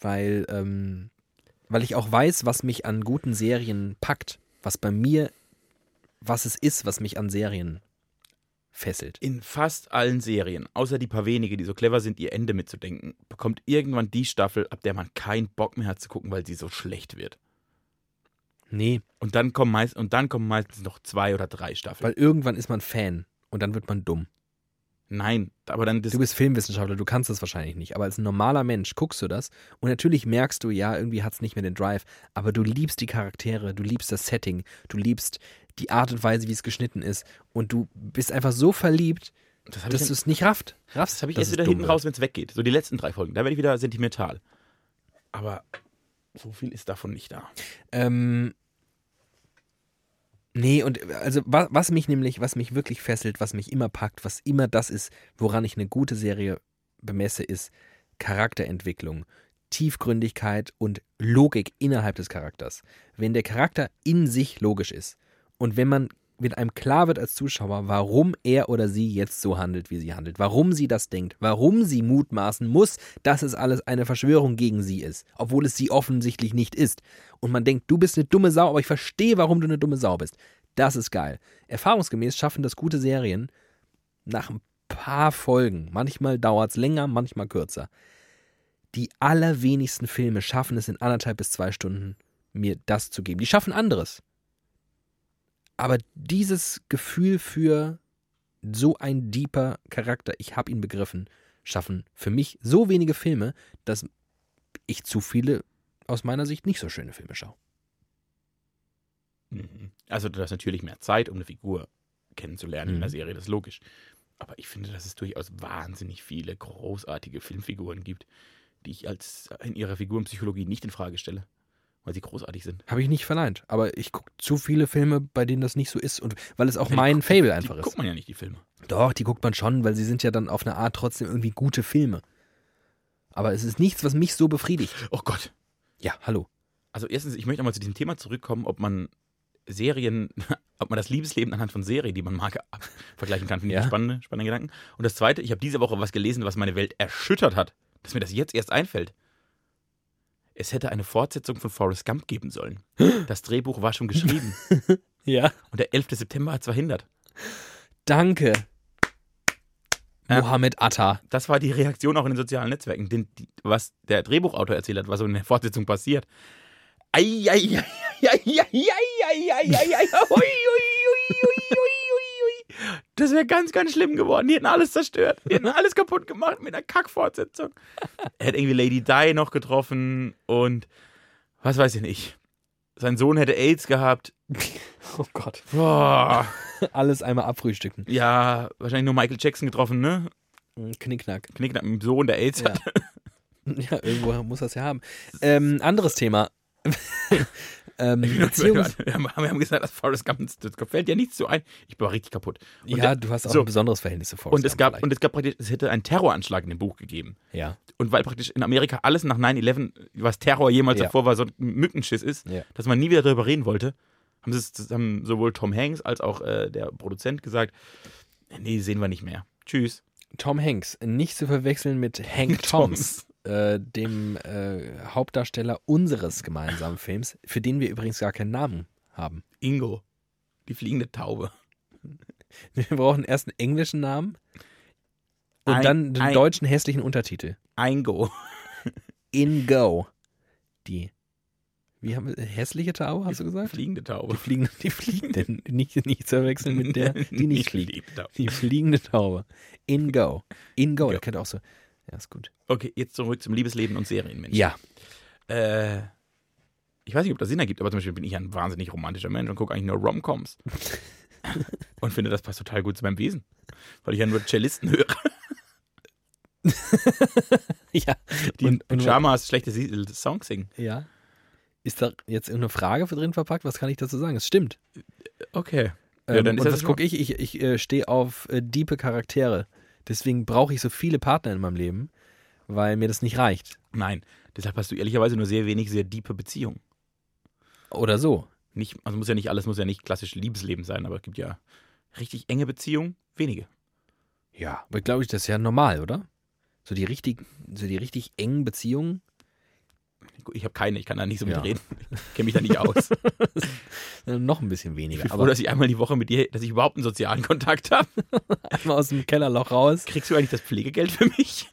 [SPEAKER 1] Weil, ähm, weil ich auch weiß, was mich an guten Serien packt, was bei mir, was es ist, was mich an Serien fesselt.
[SPEAKER 2] In fast allen Serien, außer die paar wenige, die so clever sind, ihr Ende mitzudenken, bekommt irgendwann die Staffel, ab der man keinen Bock mehr hat zu gucken, weil sie so schlecht wird.
[SPEAKER 1] Nee,
[SPEAKER 2] Und dann kommen, meist, und dann kommen meistens noch zwei oder drei Staffeln.
[SPEAKER 1] weil irgendwann ist man Fan und dann wird man dumm.
[SPEAKER 2] Nein, aber dann das,
[SPEAKER 1] Du bist Filmwissenschaftler, du kannst das wahrscheinlich nicht, aber als ein normaler Mensch guckst du das und natürlich merkst du, ja, irgendwie hat es nicht mehr den Drive, aber du liebst die Charaktere, du liebst das Setting, du liebst die Art und Weise, wie es geschnitten ist und du bist einfach so verliebt,
[SPEAKER 2] das habe ich,
[SPEAKER 1] dass du
[SPEAKER 2] dann-
[SPEAKER 1] es nicht rafft. Raffst,
[SPEAKER 2] das hab ich
[SPEAKER 1] dass
[SPEAKER 2] erst
[SPEAKER 1] es
[SPEAKER 2] wieder
[SPEAKER 1] dumm
[SPEAKER 2] hinten
[SPEAKER 1] wird.
[SPEAKER 2] raus, wenn es weggeht. So die letzten drei Folgen, da werde ich wieder sentimental. Aber so viel ist davon nicht da.
[SPEAKER 1] Ähm, nee, und also was, was mich nämlich, was mich wirklich fesselt, was mich immer packt, was immer das ist, woran ich eine gute Serie bemesse, ist Charakterentwicklung, Tiefgründigkeit und Logik innerhalb des Charakters. Wenn der Charakter in sich logisch ist und wenn man mit einem klar wird als Zuschauer, warum er oder sie jetzt so handelt, wie sie handelt, warum sie das denkt, warum sie mutmaßen muss, dass es alles eine Verschwörung gegen sie ist, obwohl es sie offensichtlich nicht ist und man denkt, du bist eine dumme Sau, aber ich verstehe, warum du eine dumme Sau bist. Das ist geil. Erfahrungsgemäß schaffen das gute Serien nach ein paar Folgen. Manchmal dauert es länger, manchmal kürzer. Die allerwenigsten Filme schaffen es in anderthalb bis zwei Stunden, mir das zu geben. Die schaffen anderes. Aber dieses Gefühl für so ein deeper Charakter, ich habe ihn begriffen, schaffen für mich so wenige Filme, dass ich zu viele aus meiner Sicht nicht so schöne Filme schaue.
[SPEAKER 2] Also du hast natürlich mehr Zeit, um eine Figur kennenzulernen in
[SPEAKER 1] Mhm.
[SPEAKER 2] der Serie, das ist logisch. Aber ich finde, dass es durchaus wahnsinnig viele großartige Filmfiguren gibt, die ich als in ihrer Figurenpsychologie nicht in Frage stelle, weil sie großartig sind.
[SPEAKER 1] Habe ich nicht verneint. Aber ich gucke zu viele Filme, bei denen das nicht so ist. Und weil es auch
[SPEAKER 2] Ja, die
[SPEAKER 1] mein
[SPEAKER 2] guckt-
[SPEAKER 1] Fable
[SPEAKER 2] Die
[SPEAKER 1] einfach
[SPEAKER 2] guckt
[SPEAKER 1] ist.
[SPEAKER 2] man ja nicht, die Filme.
[SPEAKER 1] Doch, die guckt man schon, weil sie sind ja dann auf eine Art trotzdem irgendwie gute Filme. Aber es ist nichts, was mich so befriedigt.
[SPEAKER 2] Oh Gott,
[SPEAKER 1] Ja, hallo.
[SPEAKER 2] Also erstens, ich möchte nochmal zu diesem Thema zurückkommen, ob man Serien, ob man das Liebesleben anhand von Serien, die man mag, ab- vergleichen kann. Finde ich
[SPEAKER 1] Ja.
[SPEAKER 2] einen spannende, spannende Gedanken. Und das Zweite, ich habe diese Woche was gelesen, was meine Welt erschüttert hat, dass mir das jetzt erst einfällt. Es hätte eine Fortsetzung von Forrest Gump geben sollen. Das Drehbuch war schon geschrieben
[SPEAKER 1] Ja.
[SPEAKER 2] und der 11. September hat es verhindert.
[SPEAKER 1] Danke.
[SPEAKER 2] Ja.
[SPEAKER 1] Mohammed Atta.
[SPEAKER 2] Das war die Reaktion auch in den sozialen Netzwerken, denn die, was der Drehbuchautor erzählt hat, was so in der Fortsetzung passiert. Ei, ei, ei, ei, ei, ei, ei, ei, ei, ei, ui, ui, ui, ui, ui, ui. Das wäre ganz, ganz schlimm geworden. Die hätten alles zerstört. Die hätten alles kaputt gemacht mit einer Kackfortsetzung. Er hätte irgendwie Lady Di noch getroffen und was weiß ich nicht. Sein Sohn hätte AIDS gehabt.
[SPEAKER 1] Oh Gott.
[SPEAKER 2] Boah.
[SPEAKER 1] Alles einmal abfrühstücken.
[SPEAKER 2] Ja, wahrscheinlich nur Michael Jackson getroffen, ne?
[SPEAKER 1] Knickknack.
[SPEAKER 2] Knickknack mit dem Sohn, der AIDS
[SPEAKER 1] Ja.
[SPEAKER 2] hat.
[SPEAKER 1] Ja, irgendwo muss das ja haben. Ähm, anderes Thema. ähm, Beziehungs
[SPEAKER 2] wir, haben, wir haben gesagt, dass Forrest Gump, das gefällt dir nicht so ein. Ich war richtig kaputt. Und,
[SPEAKER 1] ja,
[SPEAKER 2] der,
[SPEAKER 1] du hast auch
[SPEAKER 2] so.
[SPEAKER 1] ein besonderes Verhältnis zu Forrest
[SPEAKER 2] und, es
[SPEAKER 1] Gump
[SPEAKER 2] gab,
[SPEAKER 1] vielleicht.
[SPEAKER 2] und es gab praktisch, es hätte einen Terroranschlag in dem Buch gegeben.
[SPEAKER 1] ja.
[SPEAKER 2] Und weil praktisch in Amerika alles nach 9-11, was Terror jemals
[SPEAKER 1] Ja.
[SPEAKER 2] davor war, so ein Mückenschiss ist,
[SPEAKER 1] Ja.
[SPEAKER 2] dass man nie wieder darüber reden wollte, haben, sie es- haben sowohl Tom Hanks als auch äh, der Produzent gesagt, nee, sehen wir nicht mehr. Tschüss.
[SPEAKER 1] Tom Hanks, nicht zu verwechseln mit Hank Toms, äh, dem äh, Hauptdarsteller unseres gemeinsamen Films, für den wir übrigens gar keinen Namen haben.
[SPEAKER 2] Ingo. Die fliegende Taube.
[SPEAKER 1] Wir brauchen erst einen englischen Namen und
[SPEAKER 2] Ein-
[SPEAKER 1] dann den
[SPEAKER 2] ein-
[SPEAKER 1] deutschen hässlichen Untertitel.
[SPEAKER 2] Ingo.
[SPEAKER 1] Ingo. Die. Wie haben wir, hässliche Taube, hast du
[SPEAKER 2] Die
[SPEAKER 1] gesagt?
[SPEAKER 2] fliegende
[SPEAKER 1] Die
[SPEAKER 2] Taube.
[SPEAKER 1] fliegende, die fliegende, nicht, nicht zu verwechseln mit der, die nicht fliegt.
[SPEAKER 2] Taube.
[SPEAKER 1] Die fliegende Taube. Ingo. Ingo, der könnte auch so. Ja, ist gut.
[SPEAKER 2] Okay, jetzt zurück zum Liebesleben und Serienmenschen.
[SPEAKER 1] Ja,
[SPEAKER 2] äh, ich weiß nicht, ob das Sinn ergibt, aber zum Beispiel bin ich ein wahnsinnig romantischer Mensch und gucke eigentlich nur Romcoms. und finde, das passt total gut zu meinem Wesen. Weil ich ja nur Cellisten höre,
[SPEAKER 1] ja.
[SPEAKER 2] die in Pyjamas schlechte Sie- Songs singen.
[SPEAKER 1] Ja. Ist da jetzt eine Frage drin verpackt? Was kann ich dazu sagen? Es stimmt.
[SPEAKER 2] Okay. Ja,
[SPEAKER 1] Ähm,
[SPEAKER 2] dann ist
[SPEAKER 1] und
[SPEAKER 2] das
[SPEAKER 1] was
[SPEAKER 2] schon-
[SPEAKER 1] gucke ich? Ich, ich äh, stehe auf äh, diepe Charaktere. Deswegen brauche ich so viele Partner in meinem Leben, weil mir das nicht reicht.
[SPEAKER 2] Nein, deshalb hast du ehrlicherweise nur sehr wenig, sehr diepe Beziehungen.
[SPEAKER 1] Oder so.
[SPEAKER 2] Nicht, also muss ja nicht alles, muss ja nicht klassisch Liebesleben sein, aber es gibt ja richtig enge Beziehungen, wenige.
[SPEAKER 1] Ja. Aber glaube ich, das ist ja normal, oder? So die richtig, so die richtig engen Beziehungen,
[SPEAKER 2] Ich habe keine, ich kann da nicht so mit
[SPEAKER 1] Ja.
[SPEAKER 2] reden. Ich kenne mich da nicht aus.
[SPEAKER 1] Äh, Noch ein bisschen
[SPEAKER 2] Ich
[SPEAKER 1] weniger.
[SPEAKER 2] bin froh,
[SPEAKER 1] aber
[SPEAKER 2] dass ich einmal die Woche mit dir, dass ich überhaupt einen sozialen Kontakt habe.
[SPEAKER 1] einmal aus dem Kellerloch raus.
[SPEAKER 2] Kriegst du eigentlich das Pflegegeld für mich?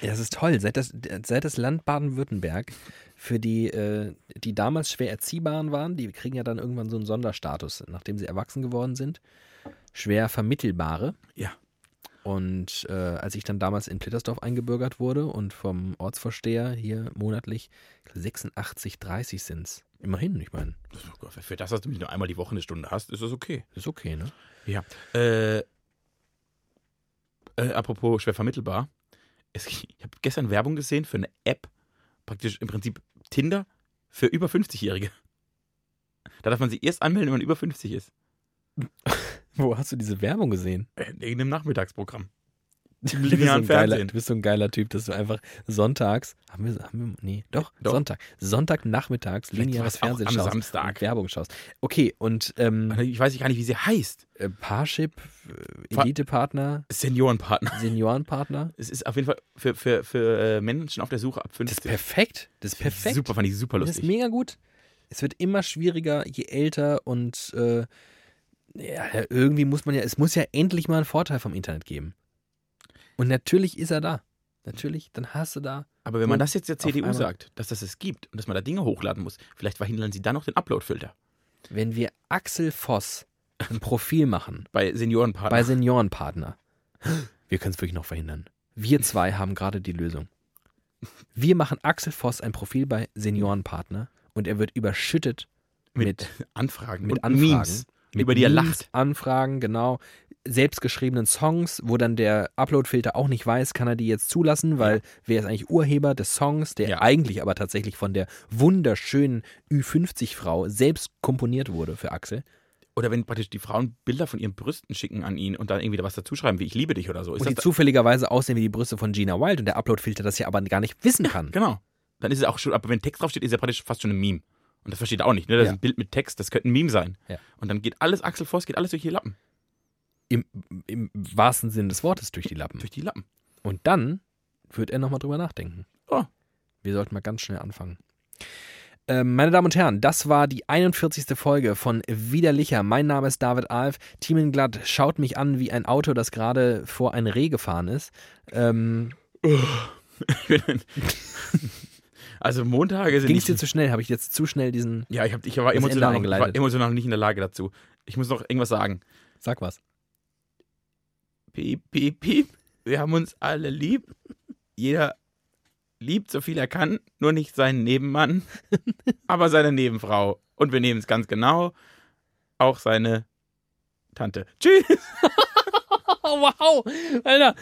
[SPEAKER 1] Ja, Das ist toll. Seit das, seit das Land Baden-Württemberg für die, äh, die damals schwer Erziehbaren waren, die kriegen ja dann irgendwann so einen Sonderstatus, nachdem sie erwachsen geworden sind. Schwer Vermittelbare.
[SPEAKER 2] Ja.
[SPEAKER 1] Und äh, als ich dann damals in Plittersdorf eingebürgert wurde und vom Ortsvorsteher hier monatlich 86,30 sind es. Immerhin, ich meine,
[SPEAKER 2] Für das, dass du mich nur einmal die Woche eine Stunde hast, ist das okay.
[SPEAKER 1] ist okay, ne?
[SPEAKER 2] Ja. Äh, äh, apropos schwer vermittelbar. Es, ich habe gestern Werbung gesehen für eine App, praktisch im Prinzip Tinder für über 50-Jährige. Da darf man sich erst anmelden, wenn man über 50 ist.
[SPEAKER 1] Wo hast du diese Werbung gesehen?
[SPEAKER 2] Äh, In irgendeinem Nachmittagsprogramm.
[SPEAKER 1] Du
[SPEAKER 2] linearen
[SPEAKER 1] ein geiler,
[SPEAKER 2] Fernsehen.
[SPEAKER 1] du bist so ein geiler Typ, dass du einfach sonntags, haben wir, haben wir nee, doch,
[SPEAKER 2] Doch.
[SPEAKER 1] Sonntag, Sonntagnachmittags
[SPEAKER 2] Vielleicht
[SPEAKER 1] lineares
[SPEAKER 2] war's auch
[SPEAKER 1] Fernsehen
[SPEAKER 2] am
[SPEAKER 1] schaust
[SPEAKER 2] Samstag.
[SPEAKER 1] und Werbung schaust. Okay, und ähm,
[SPEAKER 2] Ich weiß gar nicht, wie sie heißt.
[SPEAKER 1] äh, Parship, äh,
[SPEAKER 2] Fa-
[SPEAKER 1] Elitepartner,
[SPEAKER 2] Seniorenpartner.
[SPEAKER 1] Seniorenpartner,
[SPEAKER 2] Es ist auf jeden Fall für, für, für äh, Menschen auf der Suche ab
[SPEAKER 1] das
[SPEAKER 2] 50.
[SPEAKER 1] ist perfekt, das ist perfekt.
[SPEAKER 2] Super, fand ich super
[SPEAKER 1] Das ist
[SPEAKER 2] lustig.
[SPEAKER 1] mega gut. Es wird immer schwieriger, je älter und äh, ja, irgendwie muss man ja, es muss ja endlich mal einen Vorteil vom Internet geben. Und natürlich ist er da. Natürlich, dann hast du da.
[SPEAKER 2] Aber wenn man
[SPEAKER 1] Und
[SPEAKER 2] das jetzt der
[SPEAKER 1] auf
[SPEAKER 2] CDU
[SPEAKER 1] einmal-
[SPEAKER 2] sagt, dass das es gibt und dass man da Dinge hochladen muss, vielleicht verhindern sie dann noch den Upload-Filter
[SPEAKER 1] Wenn wir Axel Voss ein Profil machen
[SPEAKER 2] bei Seniorenpartner.
[SPEAKER 1] bei Seniorenpartner, wir können es wirklich noch verhindern. Wir zwei haben gerade die Lösung. Wir machen Axel Voss ein Profil bei Seniorenpartner und er wird überschüttet mit
[SPEAKER 2] Anfragen,
[SPEAKER 1] mit
[SPEAKER 2] und
[SPEAKER 1] Anfragen,
[SPEAKER 2] Memes,
[SPEAKER 1] mit
[SPEAKER 2] über die er
[SPEAKER 1] Memes,
[SPEAKER 2] lacht.
[SPEAKER 1] Anfragen, genau. Selbstgeschriebenen Songs, wo dann der Upload-Filter auch nicht weiß, kann er die jetzt zulassen, weil wer ist eigentlich Urheber des Songs, der
[SPEAKER 2] Ja.
[SPEAKER 1] eigentlich aber tatsächlich von der wunderschönen Ü50-Frau selbst komponiert wurde für Axel.
[SPEAKER 2] Oder wenn praktisch die Frauen Bilder von ihren Brüsten schicken an ihn und dann irgendwie da was dazuschreiben, wie ich liebe dich oder so. Ist
[SPEAKER 1] und die
[SPEAKER 2] das
[SPEAKER 1] zufälligerweise aussehen wie die Brüste von Gina Wild und der Upload-Filter das ja aber gar nicht wissen kann.
[SPEAKER 2] genau. Dann ist es auch schon, aber wenn Text draufsteht, ist ja praktisch fast schon ein Meme. Und das versteht er auch nicht. Ne? Das
[SPEAKER 1] Ja.
[SPEAKER 2] ist ein Bild mit Text, das könnte ein Meme sein.
[SPEAKER 1] Ja.
[SPEAKER 2] Und dann geht alles, Axel Voss geht alles durch die Lappen.
[SPEAKER 1] Im, Im wahrsten Sinne des Wortes durch die Lappen.
[SPEAKER 2] Durch die Lappen.
[SPEAKER 1] Und dann wird er nochmal drüber nachdenken.
[SPEAKER 2] Oh.
[SPEAKER 1] Wir sollten mal ganz schnell anfangen. Ähm, Meine Damen und Herren, das war die 41. Folge von Widerlicher. Mein Name ist David Alf. Thiemen glatt schaut mich an wie ein Auto, das gerade vor ein Reh gefahren ist. Ähm,
[SPEAKER 2] also Montage sind
[SPEAKER 1] Ging es
[SPEAKER 2] nicht
[SPEAKER 1] dir zu schnell? Habe ich jetzt zu schnell diesen.
[SPEAKER 2] Ja, ich, hab, ich, war
[SPEAKER 1] Das Ende
[SPEAKER 2] emotional, noch- ich war
[SPEAKER 1] eingeleitet.
[SPEAKER 2] emotional noch nicht in der Lage dazu. Ich muss noch irgendwas sagen.
[SPEAKER 1] Sag was.
[SPEAKER 2] Piep, piep, piep. Wir haben uns alle lieb. Jeder liebt so viel er kann, nur nicht seinen Nebenmann, aber seine Nebenfrau. Und wir nehmen es ganz genau. Auch seine Tante. Tschüss.
[SPEAKER 1] Oh, wow! Alter!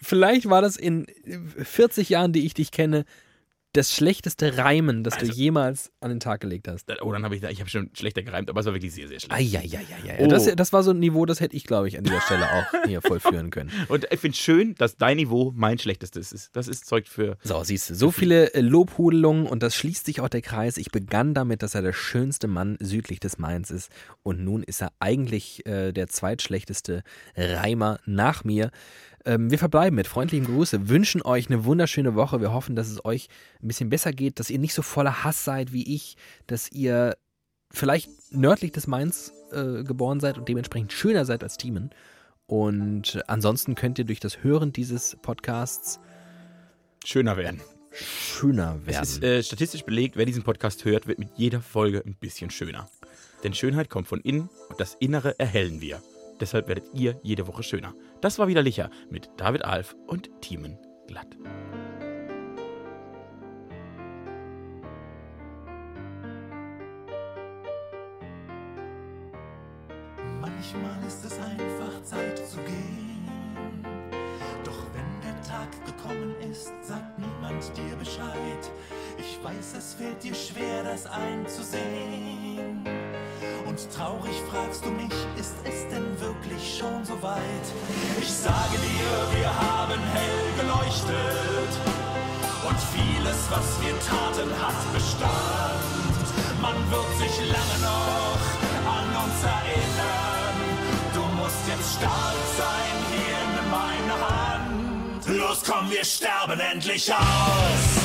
[SPEAKER 1] Vielleicht war das in 40 Jahren, die ich dich kenne, das schlechteste Reimen, das
[SPEAKER 2] Also-
[SPEAKER 1] du jemals an den Tag gelegt hast.
[SPEAKER 2] Oh, dann habe ich, da- ich habe schon schlechter gereimt, aber es war wirklich sehr, sehr schlecht.
[SPEAKER 1] Eieieiei.
[SPEAKER 2] Oh.
[SPEAKER 1] Das, das war so ein Niveau, das hätte ich, glaube ich, an dieser Stelle auch hier vollführen können.
[SPEAKER 2] Und ich finde schön, dass dein Niveau mein schlechtestes ist. Das ist Zeug für.
[SPEAKER 1] So, siehst du, so viele äh, Lobhudelungen und das schließt sich auch der Kreis. Ich begann damit, dass er der schönste Mann südlich des Mains ist und nun ist er eigentlich äh, der zweitschlechteste Reimer nach mir. Ähm, wir verbleiben mit freundlichen Grüße, wünschen euch eine wunderschöne Woche. Wir hoffen, dass es euch ein bisschen besser geht, dass ihr nicht so voller Hass seid wie ich, dass ihr vielleicht nördlich des Mains äh, geboren seid und dementsprechend schöner seid als Thiemen. Und äh, ansonsten könnt ihr durch das Hören dieses Podcasts
[SPEAKER 2] Schöner werden.
[SPEAKER 1] schöner werden.
[SPEAKER 2] Es ist äh, statistisch belegt, wer diesen Podcast hört, wird mit jeder Folge ein bisschen schöner. Denn Schönheit kommt von innen und das Innere erhellen wir. Deshalb werdet ihr jede Woche schöner. Das war wieder Licher mit David Alf und Thiemen Glatt.
[SPEAKER 3] Manchmal ist es einfach Zeit zu gehen. Doch wenn der Tag gekommen ist, sagt niemand dir Bescheid. Ich weiß, es fällt dir schwer, das einzusehen. Und traurig fragst du mich, ist es denn wirklich schon so weit? Ich sage dir, wir haben hell geleuchtet. Und vieles, was wir taten, hat Bestand. Man wird sich lange noch an uns erinnern. Du musst jetzt stark sein, hier in meine Hand. Los, komm, wir sterben endlich aus.